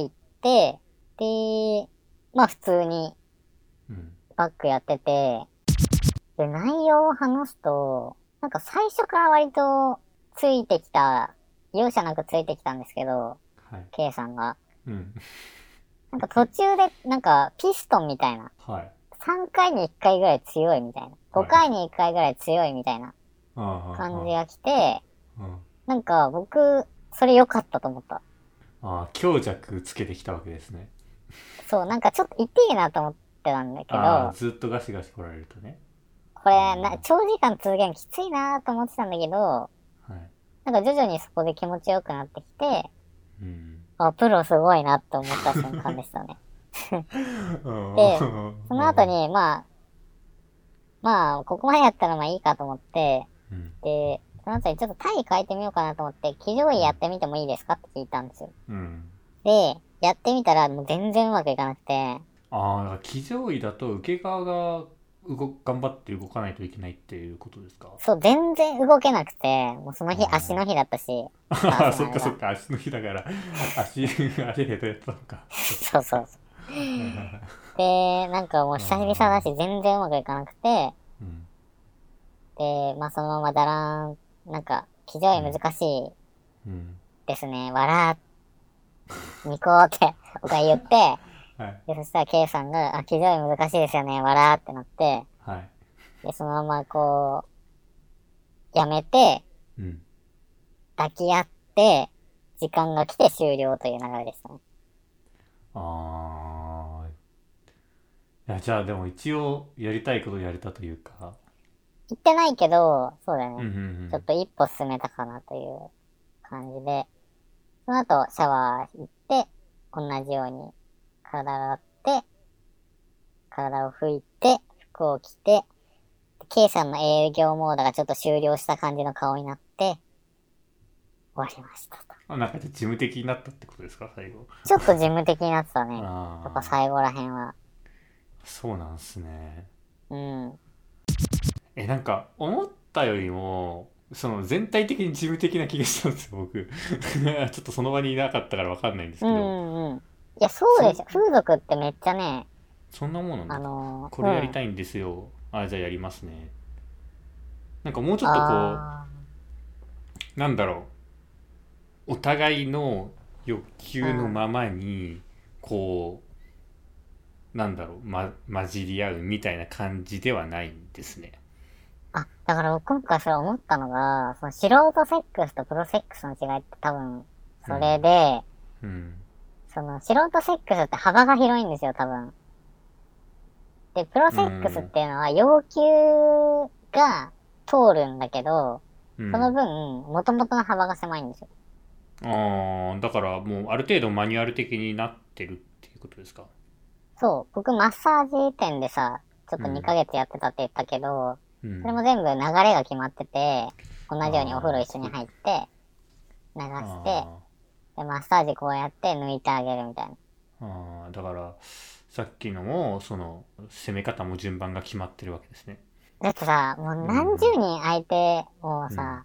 B: 入って、で、まあ普通に
A: うん。
B: バックやってて、で、内容を話すと、なんか最初から割とついてきた、容赦なくついてきたんですけど、
A: はい。
B: K さんが。
A: うん。
B: なんか途中で、なんかピストンみたいな。
A: はい。
B: 3回に1回ぐらい強いみたいな。5回に1回ぐらい強いみたいな
A: ああ。
B: 感じが来て、
A: うん。
B: なんか僕、それ良かったと思った。
A: ああ、強弱つけてきたわけですね。
B: そう、なんかちょっと痛いなと思ってたんだけ
A: ああ、
B: ど、
A: ずっとガシガシ来られるとね。
B: これな、長時間続けるのきついなと思ってたんだけど、
A: はい。
B: なんか徐々にそこで気持ちよくなってきて、
A: うん。
B: あ、プロすごいなって思った瞬間 <laughs> でしたね。
A: <laughs> で
B: その後、に、まあ、まあ、ここまでやったらまあいいかと思って、
A: うん。
B: で、その後にちょっと体位変えてみようかなと思って、騎乗位やってみてもいいですかって聞いたんですよ。
A: うん。
B: で、やってみたらもう全然うまくいかなくて、
A: ああ、だから騎乗位だと受け側が動頑張って動かないといけないっていうことですか
B: そう、全然動けなくて、もうその日
A: うん
B: 足の日
A: <laughs>
B: だったし、
A: ああ、そっかそっか、足の日だから、 <laughs> 足、足ヘトヘトなのか。 <laughs>
B: そうそうそう。で、なんかもう久々だし、全然うまくいかなくて、
A: うん。
B: で、まあそのままだらーん、なんか、非常に難しい
A: うん。
B: ですね、わらー、にこーって、僕が言って、
A: はい。
B: で、そしたら K さんが、あ、非常に難しいですよね、わらーってなって、
A: はい。
B: で、そのままこう、やめて、
A: うん。
B: 抱き合って、時間が来て終了という流れでしたね。
A: ああ。いや、じゃあでも一応やりたいことやれたというか。
B: 行ってないけど、そうだね。
A: うんうん
B: ち
A: う
B: ょっ
A: ん。
B: と一歩進めたかなという感じで、その後シャワー行って、同じように体洗って、体を拭いて、服を着て、K さんの営業モードがちょっと終了した感じの顔になって、終わりましたと。
A: あ、なんかじゃあ事務的になったってことですか、最後。
B: ちょっと事務的になってたね。
A: <laughs> あ
B: やっぱ
A: あ。
B: 最後らへんは。
A: そうなんすね。
B: うん。
A: え、なんか思ったよりも、その全体的に事務的な気がしたんですよ、僕。 <laughs> ちょっとその場にいなかったからわかんないんですけ
B: う
A: ど。
B: んうん。いや、そうでしょ。風俗ってめっちゃね、
A: そんなもんなんだ
B: あのー、
A: これやり
B: い
A: たいんですよ。あ、じゃあやりますね。なんかもうちょっとこう、なんだろうお互いの欲求のままにこうなんだろう、ま、混じり合うみたいな感じではないんですね。
B: あ、だから僕今回それ思ったのが、その素人セックスとプロセックスの違いって多分、それで、
A: うん、
B: その素人セックスって幅が広いんですよ、多分。で、プロセックスっていうのは要求が通るんだけど、
A: うん、
B: その分、元々の幅が狭いんですよ。
A: ああだからもうある程度マニュアル的になってるっていうことですか
B: そう、僕マッサージ店でさ、ちょっと
A: うん
B: 2ヶ月やってたって言ったけど、
A: うん
B: それも全部流れが決まってて、同じようにお風呂一緒に入って、流して、
A: あ
B: で、マッサージこうやって抜いてあげるみたいな。
A: ーあーだからさっきのもその攻め方も順番が決まってるわけですね
B: だってさ、もう何十人相手をさ、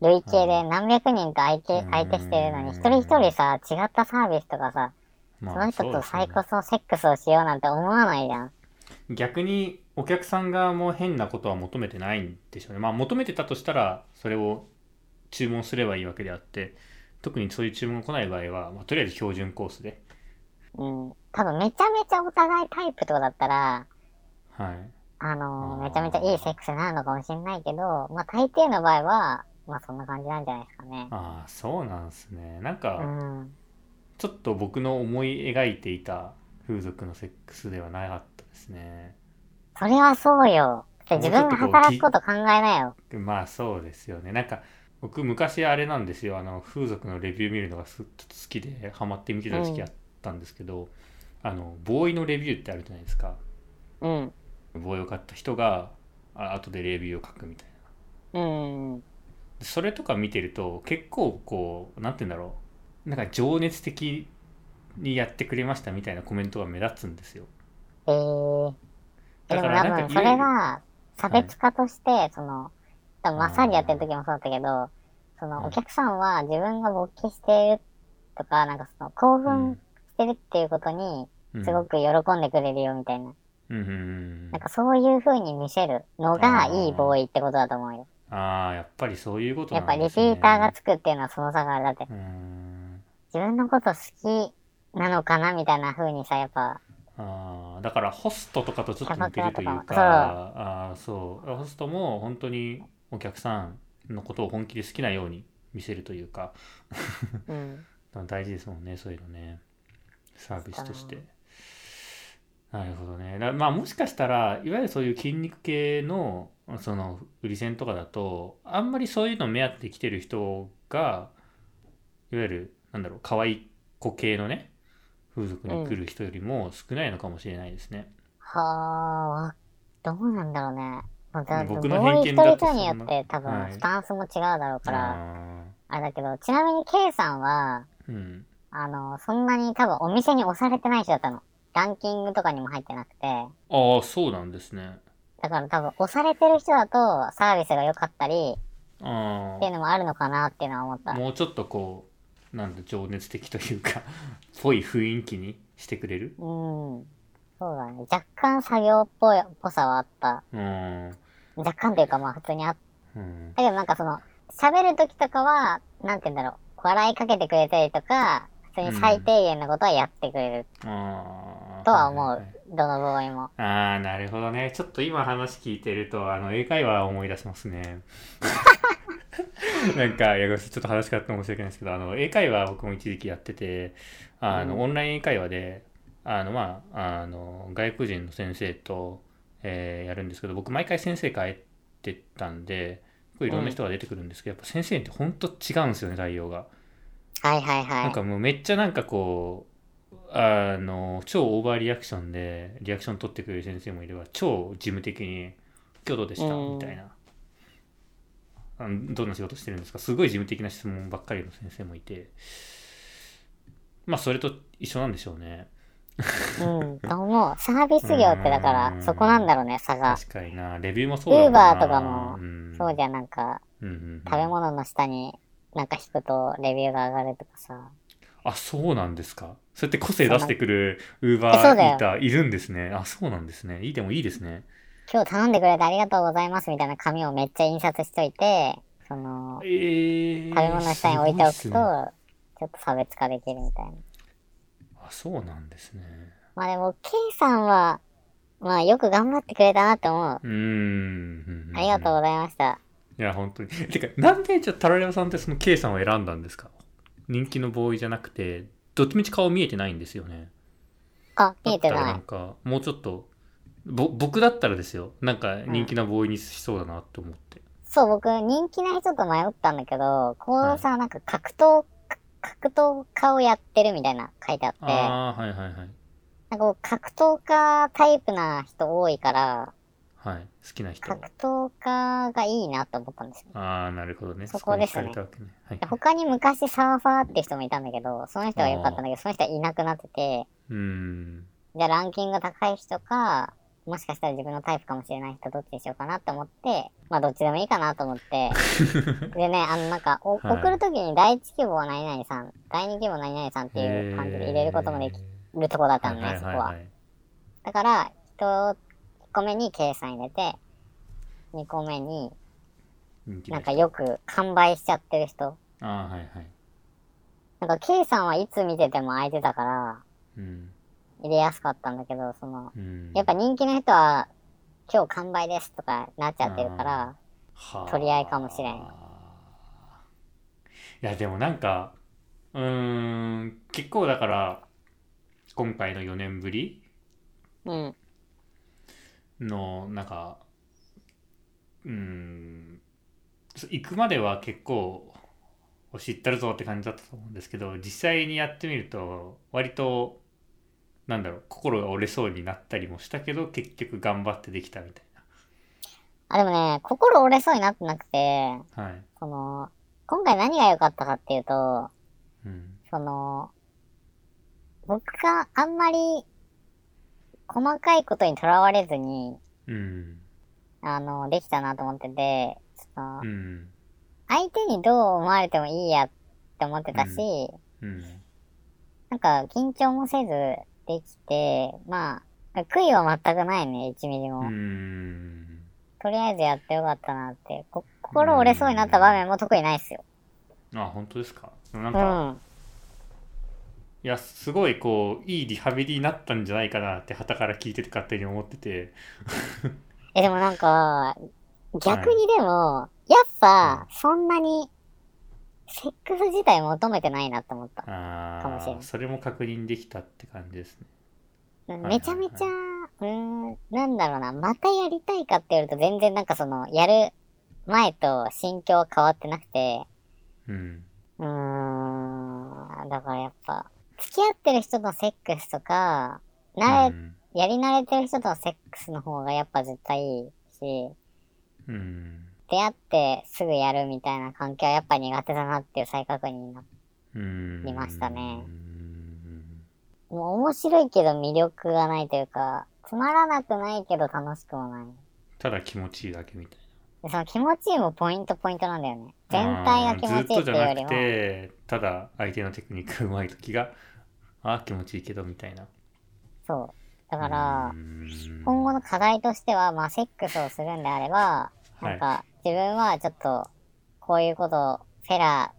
B: 累計で何百人と相手、
A: うん
B: 相手してるのに、一人一人さ、違ったサービスとかさ、そ
A: ま
B: の
A: あ
B: 人と
A: そうで
B: 最
A: す
B: 高のセックスをしようなんて思わないじゃん。
A: ね逆にお客さん側も変なことは求めてないんでしょうねまあ求めてたとしたらそれを注文すればいいわけであって特にそういう注文が来ない場合は、まあ、とりあえず標準コースで
B: うん。多分めちゃめちゃお互いタイプとかだったら、
A: はい
B: あ
A: あ
B: のー
A: ー
B: めちゃめちゃいいセックスになるのかもしれないけど、まあ大抵の場合は、まあそんな感じなんじゃないですかね。
A: ああそうなんですねなんか、
B: うん。
A: ちょっと僕の思い描いていた風俗のセックスではなかったですね。
B: それはそうよ。で
A: もうち
B: 自
A: ょっと
B: 分
A: こう
B: が働くこと考えなよ。
A: まあそうですよね。なんか僕昔あれなんですよ。あの風俗のレビュー見るのがすちょっと好きでハマって見てた時期あったんですけど、あのボーイのレビューってあるじゃないですか。
B: うん。
A: ボーイを買った人があ後でレビューを書くみたいな。
B: うん。
A: でそれとか見てると結構こうなんて言うんだろうなんか情熱的にやってくれましたみたいなコメントが目立つんですよ。
B: えー、
A: だ
B: でも
A: から
B: 多
A: なん
B: 分
A: か
B: それが差別化として、その、多分マッサージやってる時もそうだったけど、そ
A: うん
B: のお客さんは自分が勃起しているとか、なんかその興奮してるっていうことに
A: うん
B: すごく喜んでくれるよみたいな。
A: うんうんうんうん
B: なんかそういう風に見せるのがいいボーイってことだと思うよ。
A: ああ、やっぱりそういうこと
B: や
A: な
B: っ
A: ん
B: ぱリピーターがつくっていうのはその差がある。だって
A: うーん。
B: 自分のこと好きなのかなみたいな風にさ、やっぱ、
A: ああ、だからホストとかとちょっと似てるという
B: キャバク
A: か、
B: ラ
A: ああ、そう。ホストも本当にお客さんのことを本気で好きなように見せるというか、
B: うん。
A: 大事ですもんね、そういうのね。サービスとして。なるほどね。だまあもしかしたら、いわゆるそういう筋肉系の、その、売り線とかだと、あんまりそういうの目当てで来てる人が、いわゆる、なんだろう、可愛い子系のね、風俗に来る人よりも少ないのかもしれないですね。
B: はあ、わどうなんだろうね。もうだ
A: 僕の
B: ボーイ
A: 偏見
B: 一人
A: だ
B: 一
A: と
B: 人に
A: そ
B: よっ
A: んな
B: て多
A: は
B: 分
A: い
B: スタンスも違うだろうから、
A: あ
B: あれだけど、ちなみに K さんは、
A: ーうん。
B: あの、そんなに多分お店に押されてない人だったの。ランキングとかにも入ってなくて。
A: ああ、そうなんですね。
B: だから多分押されてる人だとサービスが良かったり
A: あ
B: っていうのもあるのかなっていうのは思った。
A: あ、もうちょっとこう、なんだ、情熱的というか、 <laughs> ぽい雰囲気にしてくれる。
B: うん。そうだね。若干作業っぽい、ぽさはあった。
A: うん。
B: 若干というかまあ普通にあっ
A: うん
B: たけどなんかその、喋るときとかは、なんて言うんだろう。笑いかけてくれたりとか、普通に最低限のことはやってくれる。
A: あー
B: とは思う
A: いいい
B: どのボーイも。
A: ああ、なるほどね。ちょっと今話聞いてると、あの、英会話を思い出します
B: <laughs>
A: ね。なんか、いや、ごめんなさいちょっと話変わって申し訳ないですけど、あの、英会話僕も一時期やってて、あの、
B: うん
A: オンライン英会話で、あの、まあ、あの、外国人の先生と、えーやるんですけど、僕毎回先生変えてたんで、結構いろんな人が出てくるんですけど、やっぱ先生って本当違うんですよね、対応が。
B: はいはいはい。
A: なんかもうめっちゃなんかこうあの超オーバーリアクションでリアクション取ってくれる先生もいれば超事務的に「今日どうでした?」
B: うん
A: みたいなあの「どんな仕事してるんですか?」すごい事務的な質問ばっかりの先生もいてまあそれと一緒なんでしょうね
B: うん、と思う。サービス業ってだから
A: う、ん
B: そこなんだろうね、差が。
A: 確かになレビューもそうだろう
B: Uber とかもそうじ
A: ゃ
B: ゃんなんか、
A: ん、うんうんうん
B: 食べ物の下になんか引くとレビューが上がるとかさ。
A: あそうなんですかそうやって個性出してくるウーバ
B: えそう
A: ー
B: だ
A: イ
B: よ
A: ーターいるんですねあそうなんですねいいでもいいですね
B: 今日頼んでくれてありがとうございますみたいな紙をめっちゃ印刷しといて、その、
A: えー、
B: 食べ物の下に置いておくと、
A: す
B: ち
A: ごいっすね
B: ょっと差別化できるみたいな。
A: あそうなんですね
B: まあでも、K さんは、まあよく頑張ってくれたなって思う。
A: うーん
B: ありがとうございました。
A: いや本当にてかなんでじゃあタラレバさんってその K さんを選んだんですか人気のボーイじゃなくてどっちみち顔見えてないんですよね
B: あ、見えて
A: だったら
B: な
A: なん
B: い。
A: かもうちょっとぼ僕だったらですよなんか人気なボーイにしそうだなと思って、
B: そう、僕、人気な人と迷ったんだけど、こうさ、なんか格闘格闘家をやってるみたいな書いてあって、な
A: ああ、はいはいはい。
B: んかこう格闘家タイプな人多いから、
A: はい。好きな人。
B: 格闘家がいいなと思ったんですよ。
A: ああ、なるほどね。
B: そこですね
A: そに惹かれたわけね。はい
B: で。他に昔サーファーって人もいたんだけど、その人は良かったんだけど、その人はいなくなってて、
A: うーん。
B: じゃあランキングが高い人か、もしかしたら自分のタイプかもしれない人どっちにしようかなって思って、まあどっちでもいいかなと
A: <laughs>
B: 思って。でね、あのなんか、お
A: はい
B: 送るときに第一希望は何々さん、第二希望何々さんっていう感じで入れることもできるとこだったの
A: は
B: ね、
A: い
B: そ
A: は
B: こ
A: いは。。
B: はいだから、1個目に計算入れて、2個目に
A: 人気
B: なん
A: で
B: かよく完売しちゃってる人。
A: ああ、はいはい。
B: なんか K さんはいつ見てても空いてたから、
A: うん。
B: 入れやすかったんだけど、その、
A: うん。
B: やっぱ人気の人は、今日完売ですとかなっちゃってるから、
A: はあ
B: 取り合いかもしれん
A: いやでもなんかうーん結構だから今回の4年ぶり
B: うん、
A: のなんかうーん行くまでは結構お知ったるぞって感じだったと思うんですけど実際にやってみると割となんだろう心が折れそうになったりもしたけど結局頑張ってできたみたい
B: あ、でもね、心折れそうになってなくて、
A: なはい、
B: その、今回何が良かったかっていうと、
A: うん、
B: その、僕があんまり細かいことにとらわれずに、
A: うん
B: あの、できたなと思ってて、その
A: うん
B: 相手にどう思われてもいいやって思ってたし、
A: うん
B: なんか緊張もせずできて、まあ、悔いは全くないね、1ミリも。
A: うーん
B: とりあえずやってよかったなって。こ心折れそうになった場面も特にないっすよ。
A: あ本当ですかなん
B: う
A: か、
B: ん。
A: いやすごいこういいリハビリになったんじゃないかなって傍から聞いてて勝手に思ってて
B: え、でもなんか、逆にでも、やっぱ、そんなに、セックス自体求めてないなと思った。
A: あ
B: かもしれ
A: あ
B: ん
A: それも確認できたって感じですね
B: うん
A: はいはい
B: めちゃめちゃ、うーん、なんだろうな、またやりたいかって言われると全然なんかその、やる前と心境は変わってなくて、
A: うん
B: うーん、だからやっぱ、付き合ってる人とのセックスとか、慣
A: う
B: れ、
A: ん
B: やり慣れてる人とのセックスの方がやっぱ絶対いいし、
A: うん
B: 出会ってすぐやるみたいな関係はやっぱ苦手だなっていう再確認になって、
A: うん
B: 見ましたね
A: うん
B: もう面白いけど魅力がないというか、つまらなくないけど楽しくもない。
A: ただ気持ちいいだけみたい
B: でその気持ちいいもポイントポイントなんだよね。全
A: な
B: 体が気持ちいい
A: あーずっと
B: っ
A: じ
B: て
A: ゃ
B: いう
A: な
B: より
A: く
B: も、
A: てただ相手のテクニックがうまい時がああ気持ちいいけどみたいな
B: そう。だから、今
A: 今
B: 後の課題としては、まあ、セックスをするんであれば、なんか、自分はちょっと、こういうことを、フェラ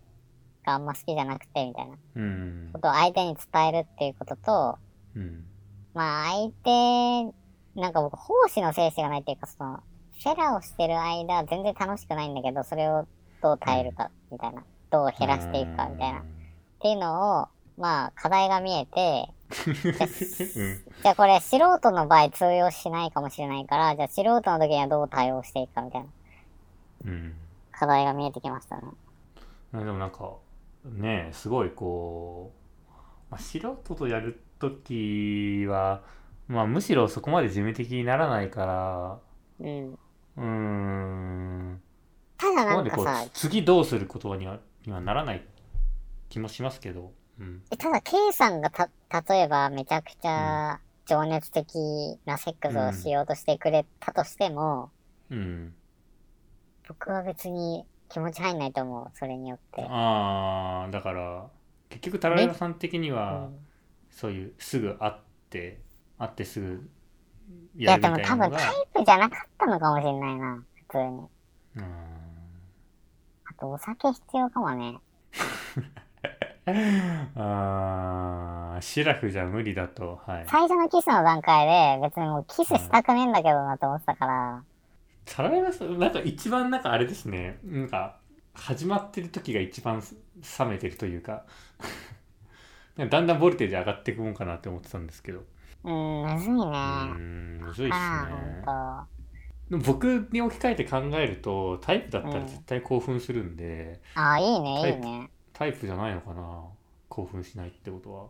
B: ーがあんま好きじゃなくて、みたいな
A: うん
B: ことを相手に伝えるっていうことと、
A: うん
B: まあ、相手、なんか僕、奉仕の精神がないっていうか、その、フェラーをしてる間、全然楽しくないんだけど、それをどう耐えるか、みたいな。どう減らしていくか、みたいな。っていうのを、まあ、課題が見えて、
A: <laughs> うん
B: じゃあこれ素人の場合通用しないかもしれないから、じゃあ素人の時にはどう対応していくかみたいな
A: うん
B: 課題が見えてきましたね。
A: うんでもなんかねえすごいこう、まあ、素人とやるときは、まあ、むしろそこまで事務的にならないから
B: うん。
A: うーん
B: ただ
A: そこ
B: な
A: ま
B: ん
A: で
B: か
A: こう
B: さ、
A: つ次どうすることにはにはならない気もしますけど、うん、
B: ただ K さんがた、例えばめちゃくちゃ情熱的なセックスをしようとしてくれたとしても、
A: うん、
B: 僕は別に気持ち入んないと思う、それによって。
A: ああだから結局タラレバさん的に
B: う
A: は
B: ん
A: そういうすぐ会って会ってすぐ
B: い
A: や
B: や、
A: るみ
B: で
A: たい
B: も
A: な
B: 多
A: の
B: 分
A: が
B: タイプじゃなかったのかもしれないな、普通に。
A: うーん
B: あとお酒必要かもね。
A: あーシラフじゃ無理だとはい
B: 最初のキスの段階で別にもうキスしたくねえんだけどなと思ってたから、
A: サラエバさんなんか一番なんかあれですねなんか始まってる時が一番冷めてるというか <laughs> なんかだんだんボルテージ上がっていくもんかなって思ってたんですけどう
B: うーん、むずいね。
A: ーんむずいっ
B: あ
A: すね
B: あ、
A: でも僕に置き換えて考えるとタイプだったら絶対興奮するんで、
B: ほんと。ああ、いいね、いいね。
A: タイプじゃないのかな興奮しないってことは。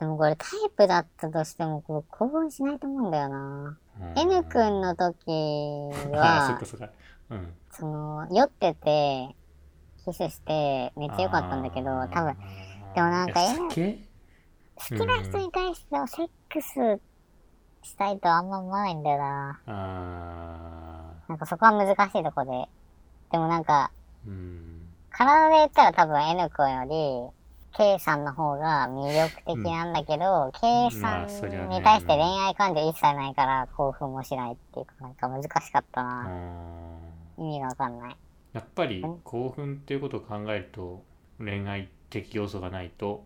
B: でもこれタイプだったとしても、こう興奮しないと思うんだよな。
A: うん、
B: N 君の時
A: <laughs> ああ、そっ
B: は
A: か、そっか。うん。
B: その、酔ってて、キスして、めっちゃ良かったんだけど、
A: あー
B: 多分、。でもなんか
A: いや酒
B: 好きな人に対してのセックスしたいとはあんま思わないんだよな。
A: ああ。
B: なんかそこは難しいとこで。でもなんか、
A: うん。
B: 体で言ったら多分 N 君より、K さんの方が魅力的なんだけど、K
A: ま
B: さ
A: あそりゃ
B: ん
A: ね
B: に対して恋愛感情一切ないから興奮もしないっていうか、なんか難しかった
A: あ
B: な。
A: ー
B: 意味がわかんない。
A: やっぱり興奮っていうことを考えると恋愛的要素がないと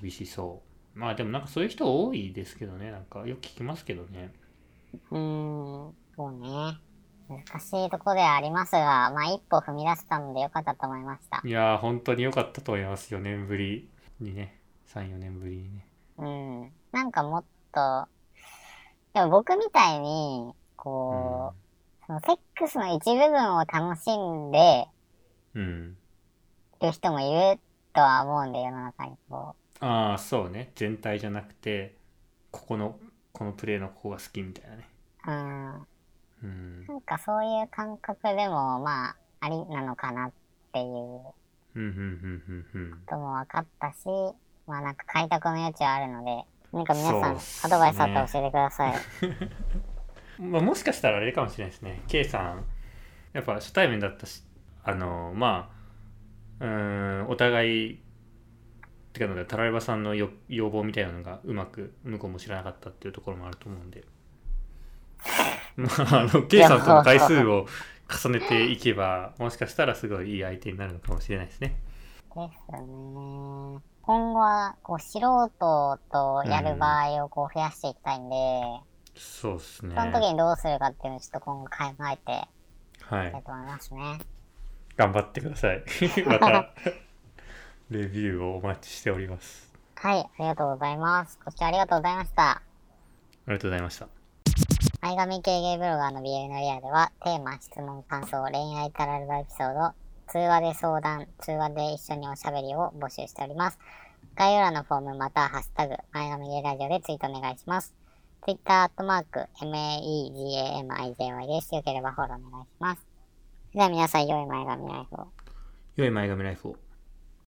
A: 厳しそうまあでもなんかそういう人多いですけどねなんかよく聞きますけどね
B: うーん、そうね。難しいとこではありますが、まあ一歩踏み出せたので良かったと思いました。
A: いやー本当に良かったと思います4年ぶりにね34年ぶりにね
B: うん。なんかもっと、でも僕みたいに、こう、そのセックスの一部分を楽しんで
A: うん、うん、
B: る人もいるとは思うんで、世の中にこ
A: ああそうね全体じゃなくてここのこのプレーのここが好きみたいなね
B: う。うん。
A: うん
B: なんかそういう感覚でも、まあ、ありなのかなっていうこ
A: うんうんうんうんうん
B: とも分かったし、まあなんか開拓の余地はあるので、なんか皆さ
A: そうっす
B: ん、ア
A: ね
B: ドバイスあったら教えてください。
A: まあ、もしかしたらあれかもしれないですね K さんやっぱ初対面だったしあのまあうーんお互いってかのでタラレバさんのよ要望みたいなのがうまく向こうも知らなかったっていうところもあると思うんで <laughs> まああの K さんとの回数を重ねていけばもしかしたらすごいいい相手になるのかもしれないですね
B: ですね。今後は、こう、素人とやる場合をこう増やしていきたいんで、
A: そうですね
B: その時にどうするかっていうのをちょっと今後考えて
A: はい
B: いきたいと思いますね。
A: 頑張ってください <laughs> またレビューをお待ちしております
B: はい、ありがとうございます。ご視聴ありがとうございました。
A: ありがとうございました
B: 前髪系ゲイブロガーの BL のリアでは、テーマ、質問、感想、恋愛タラルバエピソード、通話で相談、通話で一緒におしゃべりを募集しております。概要欄のフォームまたはハッシュタグ、前髪ゲイラジオでツイートお願いします。Twitter アットマーク、MAEGAMIJY です。よければフォローお願いします。では皆さん、良い前髪ライフを。
A: 良い前髪ライフを